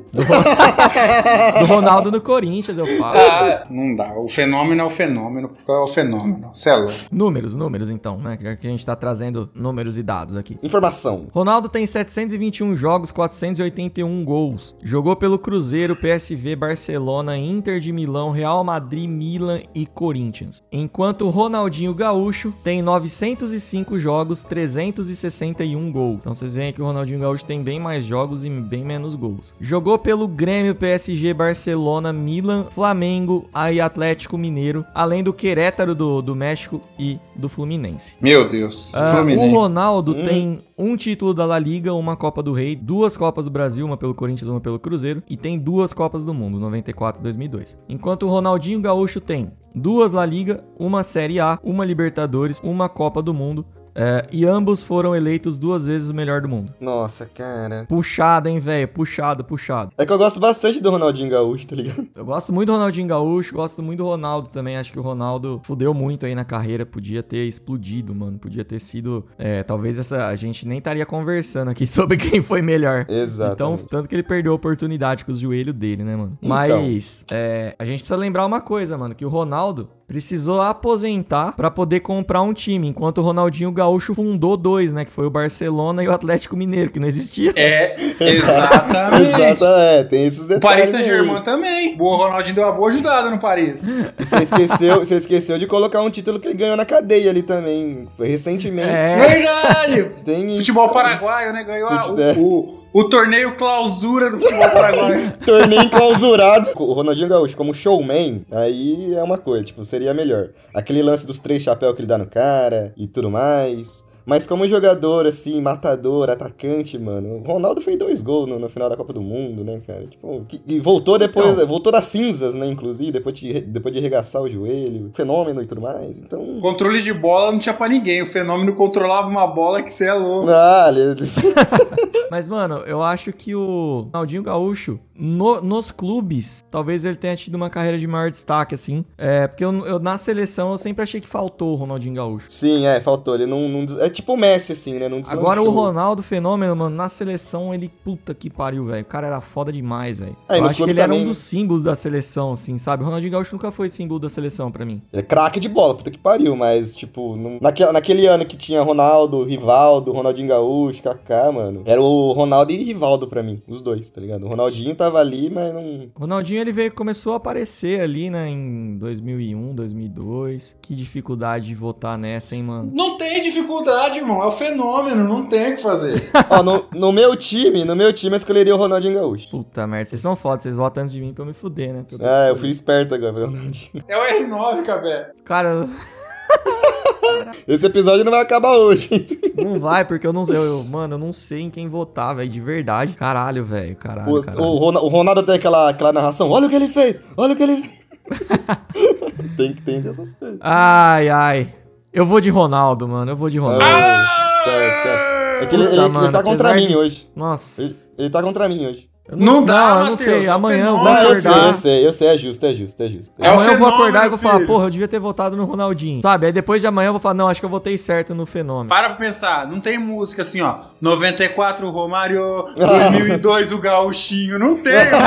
Speaker 2: Do Ronaldo no Corinthians, eu falo.
Speaker 5: <laughs> Ah, não dá. O fenômeno é o fenômeno, porque é o fenômeno. Cê é louco.
Speaker 2: Números, números então, né? Já que a gente tá trazendo números e dados aqui.
Speaker 4: Informação.
Speaker 2: Ronaldo tem 721 jogos, 481 gols. Jogou pelo Cruzeiro, PSV, Barcelona, Inter de Milão, Real Madrid, Milan e Corinthians. Enquanto Ronaldinho Gaúcho tem 905 jogos, 361 gols. Então vocês veem que o Ronaldinho Gaúcho tem bem mais jogos e bem menos gols. Jogou pelo Grêmio, PSG, Barcelona, Milan, Flamengo aí Atlético Mineiro, além do Querétaro do, do México e do Fluminense.
Speaker 5: Meu Deus.
Speaker 2: Ah,
Speaker 5: Fluminense.
Speaker 2: O Ronaldo tem um título da La Liga, uma Copa do Rei, duas Copas do Brasil, uma pelo Corinthians, uma pelo Cruzeiro, e tem duas Copas do Mundo, 94 e 2002. Enquanto o Ronaldinho Gaúcho tem duas La Liga, uma Série A, uma Libertadores, uma Copa do Mundo, eh, e ambos foram eleitos duas vezes o melhor do mundo.
Speaker 4: Nossa, cara.
Speaker 2: Puxado, hein, velho? Puxado, puxado.
Speaker 4: É que eu gosto bastante do Ronaldinho Gaúcho, tá ligado? <laughs>
Speaker 2: Eu gosto muito do Ronaldinho Gaúcho, gosto muito do Ronaldo também. Acho que o Ronaldo fudeu muito aí na carreira. Podia ter explodido, mano. Podia ter sido. é, talvez essa. A gente nem estaria conversando aqui <laughs> sobre quem foi melhor.
Speaker 4: Exato.
Speaker 2: Então, tanto que ele perdeu a oportunidade com os joelhos dele, né, mano?
Speaker 4: Então.
Speaker 2: Mas é, a gente precisa lembrar uma coisa, mano, que o Ronaldo precisou aposentar pra poder comprar um time, enquanto o Ronaldinho Gaúcho fundou dois, né? Que foi o Barcelona e o Atlético Mineiro, que não existia.
Speaker 5: É,
Speaker 4: <laughs>
Speaker 5: exatamente.
Speaker 4: Exato, é, tem esses
Speaker 5: O
Speaker 4: detalhes.
Speaker 5: Paris
Speaker 4: aí.
Speaker 5: Saint-Germain também. O Ronaldinho deu uma boa ajudada no Paris.
Speaker 4: E Você esqueceu, você esqueceu de colocar um título que ele ganhou na cadeia ali também. Foi recentemente.
Speaker 2: É,
Speaker 5: Verdade!
Speaker 4: Tem <laughs> isso.
Speaker 5: Futebol paraguaio, né? Ganhou a-
Speaker 4: É.
Speaker 5: o, o, o torneio clausura do
Speaker 4: <laughs>
Speaker 5: futebol paraguaio.
Speaker 4: Torneio enclausurado. <laughs> O Ronaldinho Gaúcho, como showman, aí é uma coisa, tipo, seria melhor. Aquele lance dos três chapéus que ele dá no cara e tudo mais. Mas como jogador, assim, matador, atacante, mano, o Ronaldo fez dois gols no, no final da Copa do Mundo, né, cara? Tipo, que- e voltou depois, voltou das cinzas, né, inclusive, depois de, re- depois de arregaçar o joelho, fenômeno e tudo mais. Então.
Speaker 5: Controle de bola não tinha pra ninguém. O fenômeno controlava uma bola que você é louco.
Speaker 4: Ah, ele- <laughs>
Speaker 2: mas mano, eu acho que o Ronaldinho Gaúcho, no- nos clubes, talvez ele tenha tido uma carreira de maior destaque, assim. É, porque eu, eu na seleção eu sempre achei que faltou o Ronaldinho Gaúcho.
Speaker 4: Sim, é, faltou. Ele não, não des- É tipo o Messi, assim, né? Não deslanchou.
Speaker 2: Agora o Ronaldo Fenômeno, mano, na seleção ele, puta que pariu, velho. O cara era foda demais, velho.
Speaker 4: Ah, e
Speaker 2: Eu
Speaker 4: nos
Speaker 2: acho que
Speaker 4: clubes
Speaker 2: ele era um
Speaker 4: também,
Speaker 2: dos símbolos da seleção, assim, sabe? O Ronaldinho Gaúcho nunca foi símbolo da seleção pra mim.
Speaker 4: Ele é craque de bola, puta que pariu, mas, tipo, não- naquela, naquele ano que tinha Ronaldo, Rivaldo, Ronaldinho Gaúcho, Kaká, mano, era o Ronaldo e Rivaldo pra mim, os dois, tá ligado? O Ronaldinho tava ali, mas não.
Speaker 2: O Ronaldinho, ele veio, começou a aparecer ali, né, em 2001, 2002. Que dificuldade de votar nessa, hein, mano?
Speaker 5: Não tem dificuldade, irmão. É o fenômeno. Não tem o que fazer.
Speaker 4: Ó, no, no meu time, no meu time eu escolheria o Ronaldinho Gaúcho.
Speaker 2: Puta merda, vocês são foda, vocês votam antes de mim pra eu me fuder, né?
Speaker 4: Ah, eu fui esperto agora, falei, Ronaldinho.
Speaker 5: É o R9, Cabé.
Speaker 2: Cara,
Speaker 4: Esse episódio não vai acabar hoje.
Speaker 2: não vai, porque eu não sei. eu- eu- mano, eu não sei em quem votar, velho, de verdade. Caralho, velho, caralho,
Speaker 4: O,
Speaker 2: caralho.
Speaker 4: o Rona- o Ronaldo tem aquela, aquela narração: olha o que ele fez, olha o que ele
Speaker 2: <laughs>
Speaker 4: fez. tem que ter essas coisas.
Speaker 2: Ai, ai. Eu vou de Ronaldo, mano, eu vou de Ronaldo.
Speaker 4: Ah, tá, tá. É que ele,
Speaker 2: Puta,
Speaker 4: ele- ele
Speaker 2: mano,
Speaker 4: tá contra
Speaker 2: apesar
Speaker 4: mim
Speaker 2: de-
Speaker 4: hoje.
Speaker 2: Nossa.
Speaker 4: Ele, ele tá contra mim hoje.
Speaker 2: Eu
Speaker 5: Não dá,
Speaker 2: eu não
Speaker 5: Matheus,
Speaker 2: sei.
Speaker 5: é um
Speaker 2: Amanhã eu vou
Speaker 5: fenômeno.
Speaker 4: Não, eu sei, eu
Speaker 2: acordar.
Speaker 4: sei, eu sei, é justo, é justo, é justo.
Speaker 5: É o
Speaker 2: amanhã eu vou
Speaker 5: fenômeno,
Speaker 2: acordar e vou falar,
Speaker 5: filho.
Speaker 2: porra, eu devia ter votado no Ronaldinho. Sabe? Aí depois de amanhã eu vou falar, não, acho que eu votei certo no fenômeno.
Speaker 5: Para pra pensar. Não tem música assim, ó. 94, Romário. 2002, o Gauchinho. Não tem, irmão.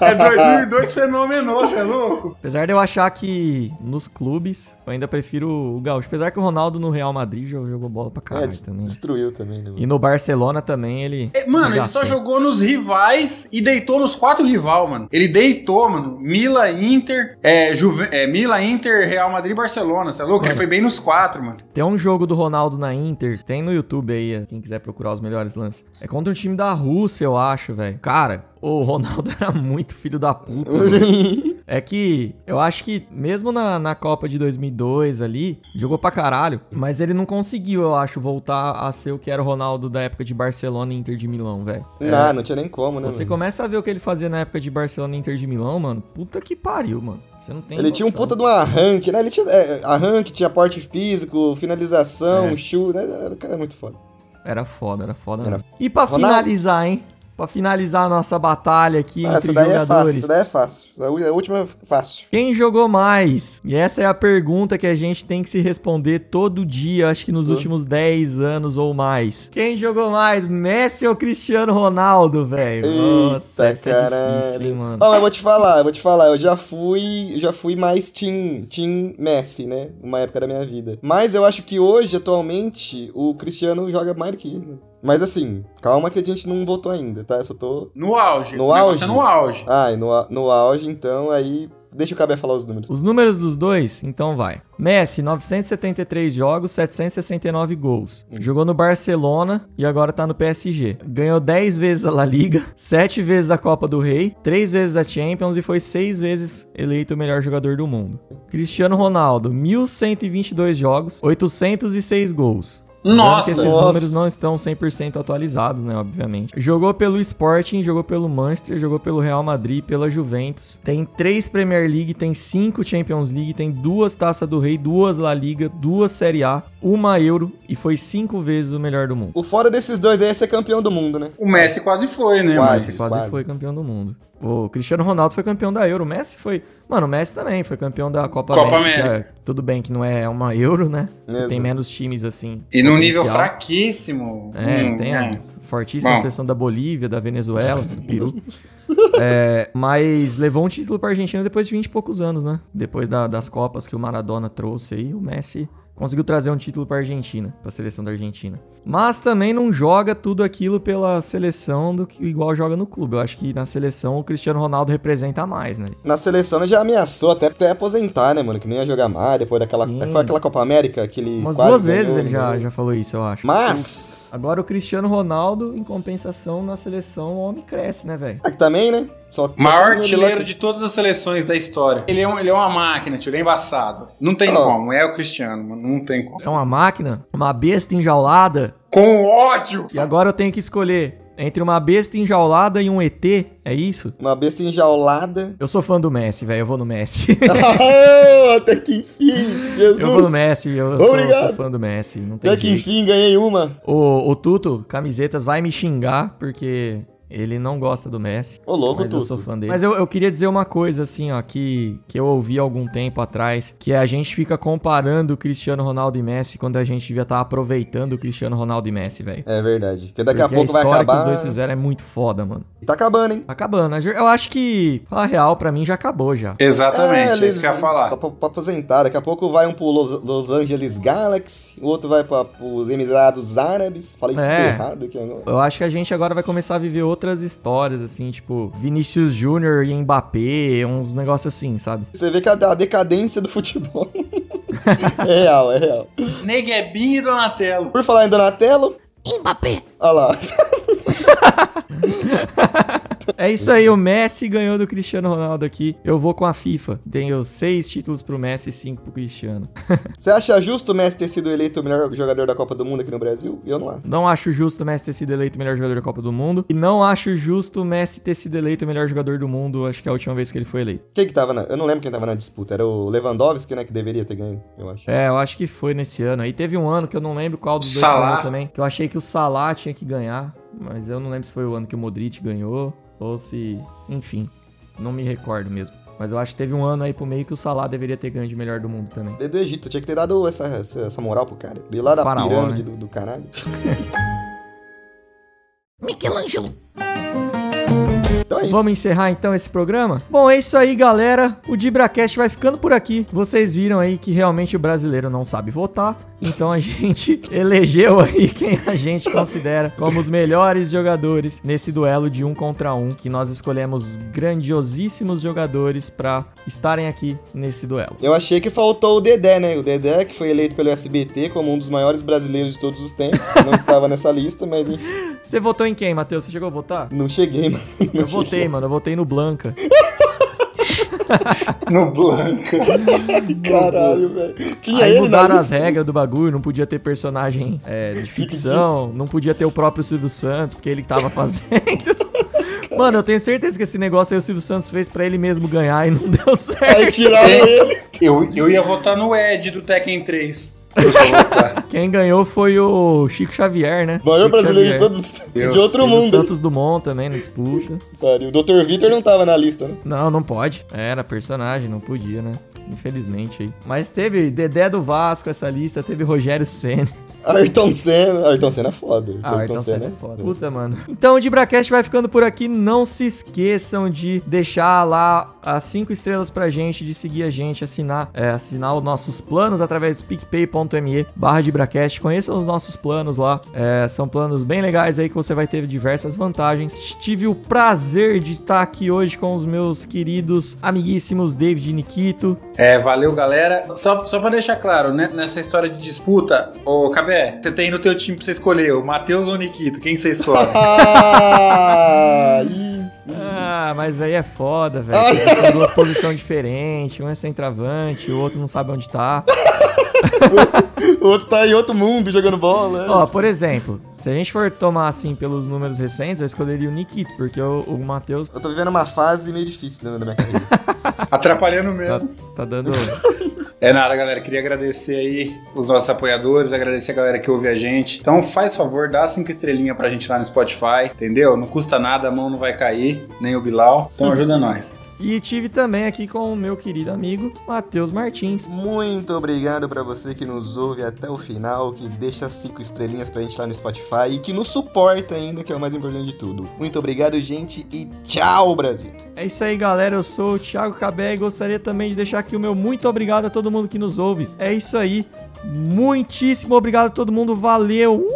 Speaker 5: É 2002, fenômeno. Você é louco?
Speaker 2: Apesar de eu achar que nos clubes eu ainda prefiro o Gaúcho. Apesar que o Ronaldo no Real Madrid jogou jogou bola pra
Speaker 4: É,
Speaker 2: caralho
Speaker 4: des-
Speaker 2: também.
Speaker 4: destruiu também, né? mano?
Speaker 2: E no Barcelona também ele.
Speaker 5: É, Mano, ele só
Speaker 2: arregaçou.
Speaker 5: jogou nos rivais e deitou nos quatro rival, mano. Ele deitou, mano. Mila, Inter, é, Juve- é, Mila, Inter, Real Madrid, e Barcelona, você é louco? Ele foi bem nos quatro, mano.
Speaker 2: Tem um jogo do Ronaldo na Inter, tem no YouTube aí, quem quiser procurar os melhores lances. É contra um time da Rússia, eu acho, velho. Cara, o Ronaldo <laughs> era muito filho da puta. mano. É que eu acho que mesmo na, na Copa de 2002 ali, jogou pra caralho, mas ele não conseguiu, eu acho, voltar a ser o que era o Ronaldo da época de Barcelona e Inter de Milão, velho.
Speaker 4: Não, não tinha nem como, né?
Speaker 2: é. Você
Speaker 4: mano?
Speaker 2: começa a ver o que ele fazia na época de Barcelona e Inter de Milão, mano. Puta que pariu, mano. Você não tem
Speaker 4: Ele tinha um
Speaker 2: noção.
Speaker 4: puta de um arranque, né? Ele tinha é, arranque, tinha porte físico, finalização,
Speaker 2: É.
Speaker 4: chute. né? O cara é muito foda.
Speaker 2: Era foda, era foda.
Speaker 4: Era.
Speaker 2: mesmo. E pra
Speaker 4: Ronaldo.
Speaker 2: finalizar, hein? Pra finalizar a nossa batalha aqui
Speaker 4: Ah,
Speaker 2: entre
Speaker 4: essa daí é fácil,
Speaker 2: jogadores.
Speaker 4: essa daí é fácil. A u- a última é fácil.
Speaker 2: Quem jogou mais? E essa é a pergunta que a gente tem que se responder todo dia, acho que nos
Speaker 4: Hã?
Speaker 2: últimos 10 anos ou mais. Quem jogou mais? Messi ou Cristiano Ronaldo, velho? Nossa,
Speaker 4: Eita,
Speaker 2: essa é
Speaker 4: caralho.
Speaker 2: difícil, hein, mano?
Speaker 4: Ó, mas eu vou te falar, eu vou te falar, eu já fui, já fui mais Team, team Messi, né? Uma época da minha vida. Mas eu acho que hoje, atualmente, o Cristiano joga mais do que ele. Mas assim, calma que a gente não votou ainda, tá? Eu só tô.
Speaker 5: No auge.
Speaker 4: No
Speaker 5: O negócio
Speaker 4: auge?
Speaker 5: é no auge.
Speaker 4: Ah, e no, au- no auge, então, aí. Deixa o Cabé falar os números.
Speaker 2: Os números dos dois, então vai. Messi, 973 jogos, 769 gols. Jogou no Barcelona e agora tá no PSG. Ganhou 10 vezes a La Liga, <laughs> 7 vezes a Copa do Rei, 3 vezes a Champions e foi 6 vezes eleito o melhor jogador do mundo. Cristiano Ronaldo, 1122 jogos, 806 gols. Lembrando que
Speaker 5: Nossa!
Speaker 2: esses
Speaker 4: Nossa.
Speaker 2: números não estão 100% atualizados, né, obviamente. Jogou pelo Sporting, jogou pelo Manchester, jogou pelo Real Madrid, pela Juventus. Tem três Premier League, tem cinco Champions League, tem duas Taça do Rei, duas La Liga, duas Série A, uma Euro e foi cinco vezes o melhor do mundo.
Speaker 4: O fora desses dois aí é ser campeão do mundo, né?
Speaker 5: O Messi quase foi, né?
Speaker 4: Quase.
Speaker 5: Mas...
Speaker 2: Quase, foi campeão do mundo. O Cristiano Ronaldo foi campeão da Euro. O Messi foi. Mano, o Messi também foi campeão da Copa,
Speaker 5: Copa
Speaker 2: Tudo bem que não é uma Euro, né?
Speaker 4: Exato.
Speaker 2: Tem menos times assim.
Speaker 5: E num nível
Speaker 2: potencial.
Speaker 5: fraquíssimo.
Speaker 2: É,
Speaker 5: Hum,
Speaker 2: tem
Speaker 5: é.
Speaker 2: a fortíssima
Speaker 5: Bom.
Speaker 2: seleção da Bolívia, da Venezuela, do Peru. É, mas levou um título pra Argentina depois de 20 e poucos anos, né? Depois da- das Copas que o Maradona trouxe aí, o Messi conseguiu trazer um título pra Argentina, pra seleção da Argentina. Mas também não joga tudo aquilo pela seleção do que igual joga no clube. Eu acho que na seleção o Cristiano Ronaldo representa mais, né?
Speaker 4: Na seleção ele já ameaçou até, até aposentar, né, mano? Que não ia jogar mais depois daquela.
Speaker 2: Sim.
Speaker 4: Foi aquela Copa América que ele.
Speaker 2: Umas
Speaker 4: quase
Speaker 2: duas vezes
Speaker 4: ganhou,
Speaker 2: ele já,
Speaker 4: né?
Speaker 2: já falou isso, eu acho.
Speaker 4: Mas.
Speaker 2: Agora o Cristiano Ronaldo, em compensação, na seleção, o homem cresce, né, velho?
Speaker 4: É que também, né? Só só
Speaker 5: Maior
Speaker 4: tem ele lá
Speaker 5: artilheiro
Speaker 4: que-
Speaker 5: de todas as seleções da história. Ele é, um- ele é uma máquina, tio. Ele é embaçado. Não tem
Speaker 4: Ah.
Speaker 5: como. É o Cristiano, mano. Não tem como.
Speaker 2: É uma máquina, uma besta enjaulada,
Speaker 5: Com ódio!
Speaker 2: E agora eu tenho que escolher entre uma besta enjaulada e um ET, é isso?
Speaker 4: Uma besta <laughs> enjaulada.
Speaker 2: Eu sou fã do Messi, velho, eu vou no Messi. <laughs>
Speaker 4: Ah, Até que enfim, Jesus.
Speaker 2: eu vou no Messi, eu sou,
Speaker 4: Obrigado.
Speaker 2: sou fã do Messi, não tem
Speaker 4: Até que
Speaker 2: jeito.
Speaker 4: enfim ganhei uma.
Speaker 2: O, o Tuto, camisetas, vai me xingar, porque ele não gosta do Messi.
Speaker 4: Ô, louco,
Speaker 2: mas eu sou
Speaker 4: Tuto.
Speaker 2: fã dele. Mas eu, eu queria dizer uma coisa, assim, ó, que, que eu ouvi há algum tempo atrás, que a gente fica comparando o Cristiano Ronaldo e Messi quando a gente devia estar aproveitando o Cristiano Ronaldo e Messi, velho.
Speaker 4: É verdade. Porque daqui
Speaker 2: Porque
Speaker 4: a pouco
Speaker 2: a
Speaker 4: vai
Speaker 2: história que os
Speaker 4: acabar.
Speaker 2: dois fizeram é muito foda, mano.
Speaker 4: Tá acabando, hein?
Speaker 2: Tá acabando. Eu acho que a real pra mim já acabou já.
Speaker 5: Exatamente, é,
Speaker 4: eles-
Speaker 5: isso que eu ia falar.
Speaker 4: Pra, pra aposentar. Daqui a pouco vai um pro Los, Los Angeles Galaxy, o outro vai pra, pros Emirados Árabes. Falei tudo
Speaker 2: É.
Speaker 4: errado aqui agora.
Speaker 2: Eu acho que a gente agora vai começar a viver outras histórias assim, tipo Vinícius Júnior e Mbappé, uns negócios assim, sabe?
Speaker 4: Você vê que a, a decadência do futebol <laughs> é real, é real.
Speaker 5: Neguebinho e Donatello.
Speaker 4: Por falar em Donatello,
Speaker 6: Mbappé.
Speaker 4: olha lá.
Speaker 2: É isso aí, o Messi ganhou do Cristiano Ronaldo aqui. Eu vou com a FIFA. Tenho seis títulos pro Messi e cinco pro Cristiano.
Speaker 4: Você acha justo o Messi ter sido eleito o melhor jogador da Copa do Mundo aqui no Brasil? Eu não acho.
Speaker 2: Não acho justo o Messi ter sido eleito o melhor jogador da Copa do Mundo. E não acho justo o Messi ter sido eleito o melhor jogador do mundo. Acho que é a última vez que ele foi eleito.
Speaker 4: Quem que tava na... Eu não lembro quem tava na disputa. Era o Lewandowski, né? Que deveria ter ganho, eu acho.
Speaker 2: É, eu acho que foi nesse ano. Aí teve um ano que eu não lembro qual dos dois
Speaker 5: Salah.
Speaker 2: ganhou também. Que eu achei que o Salah tinha que ganhar. Mas eu não lembro se foi o ano que o Modric ganhou. Ou se. Enfim. Não me recordo mesmo. Mas eu acho que teve um ano aí pro meio que o Salah deveria ter ganho de melhor do mundo também.
Speaker 4: Ele é do Egito. Tinha que ter dado essa, essa, essa moral pro cara. Veio lá da
Speaker 2: Faraó,
Speaker 4: pirâmide
Speaker 2: né?
Speaker 4: do,
Speaker 2: <laughs>
Speaker 4: do caralho.
Speaker 6: Michelangelo.
Speaker 4: Então é isso.
Speaker 2: Vamos encerrar então esse programa? Bom, é isso aí, galera. O DibraCast vai ficando por aqui. Vocês viram aí que realmente o brasileiro não sabe votar. Então a <laughs> gente elegeu aí quem a gente considera como os melhores jogadores nesse duelo de um contra um. Que nós escolhemos grandiosíssimos jogadores pra estarem aqui nesse duelo.
Speaker 4: Eu achei que faltou o Dedé, né? O Dedé, que foi eleito pelo SBT como um dos maiores brasileiros de todos os tempos. Não estava nessa <laughs> lista, mas enfim,
Speaker 2: Você votou em quem, Matheus? Você chegou a
Speaker 4: <laughs>
Speaker 2: votar?
Speaker 4: não cheguei, mano. Não
Speaker 2: Eu votei, mano. Eu votei no Blanca.
Speaker 5: No Blanca.
Speaker 4: cheguei. Caralho, velho. Tinha
Speaker 2: Aí
Speaker 4: ele na
Speaker 2: mudaram
Speaker 4: lista.
Speaker 2: as regras do bagulho, não podia ter personagem
Speaker 4: <laughs>
Speaker 2: é, de ficção, não podia ter o próprio Silvio Santos, porque ele que tava fazendo. <laughs> Mano, eu tenho certeza que esse negócio aí o Silvio Santos fez pra ele mesmo ganhar e não <laughs> deu
Speaker 4: Aí
Speaker 2: certo.
Speaker 4: tiraram ele.
Speaker 5: Eu, eu ia votar no Ed do Tekken 3.
Speaker 2: Quem ganhou foi o Chico Xavier, né?
Speaker 4: O maior
Speaker 2: Chico
Speaker 4: brasileiro de
Speaker 2: Xavier.
Speaker 4: todos os tempos.
Speaker 5: Deus,
Speaker 4: De outro
Speaker 2: Silvio
Speaker 4: mundo.
Speaker 2: Santos Dumont também na disputa.
Speaker 4: Pariu. O Dr. Vitor não tava na lista, né?
Speaker 2: Não, não pode. Era personagem, não podia, né? Infelizmente aí. Mas teve Dedé do Vasco essa lista, teve Rogério Senna.
Speaker 4: Ayrton Senna. Ayrton Senna é foda.
Speaker 2: Ah, então Ayrton Senna é foda. Puta, mano. Então o DibraCast vai ficando por aqui. Não se esqueçam de deixar lá as cinco estrelas pra gente, de seguir a gente, assinar, é, assinar os nossos planos através do picpay.me barra DibraCast. Conheçam os nossos planos lá. É, são planos bem legais aí que você vai ter diversas vantagens. Tive o prazer de estar aqui hoje com os meus queridos amiguíssimos David e Nikito.
Speaker 5: É, valeu, galera. Só, só pra deixar claro, né? Nessa história de disputa, ô Cabé, você tem no teu time pra você escolher, o Matheus ou o Nikito, quem que você escolhe? <laughs>
Speaker 4: <laughs> Ah, isso.
Speaker 2: Ah, mas aí é foda, <laughs> velho. porque São duas posições diferentes. Um é centroavante, o outro não sabe onde tá.
Speaker 4: O outro tá em outro mundo jogando bola. né?
Speaker 2: Ó, por exemplo, se a gente for tomar assim pelos números recentes, eu escolheria o Nikito, porque o, o Matheus
Speaker 4: né, Eu tô vivendo uma fase meio difícil da da minha carreira.
Speaker 5: Atrapalhando
Speaker 2: tá,
Speaker 5: menos.
Speaker 2: tá dando
Speaker 5: É nada, galera. Queria agradecer aí os nossos apoiadores, agradecer a galera que ouve a gente. Então faz favor, dá cinco estrelinhas pra gente lá no Spotify, entendeu? Não custa nada, a mão não vai cair, nem o Bilal. <laughs> Então ajuda nós.
Speaker 2: E tive também aqui com o meu querido amigo Matheus Martins.
Speaker 4: <laughs> Muito obrigado pra você que nos ouve até o final, que deixa cinco estrelinhas pra gente lá no Spotify e que nos suporta ainda, que é o mais importante de tudo. Muito obrigado, gente, e tchau, Brasil!
Speaker 2: É isso aí, galera. Eu sou o Thiago Cabé e gostaria também de deixar aqui o meu muito obrigado a todo mundo que nos ouve. É isso aí. Muitíssimo obrigado a todo mundo. Valeu! Uh,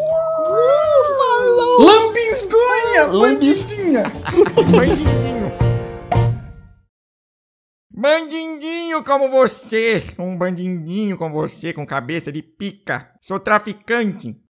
Speaker 5: Lampisgonha! Bandidinha!
Speaker 2: <laughs> Bandidinho! Bandidinho como você! Um bandidinho como você, com cabeça de pica. Sou traficante.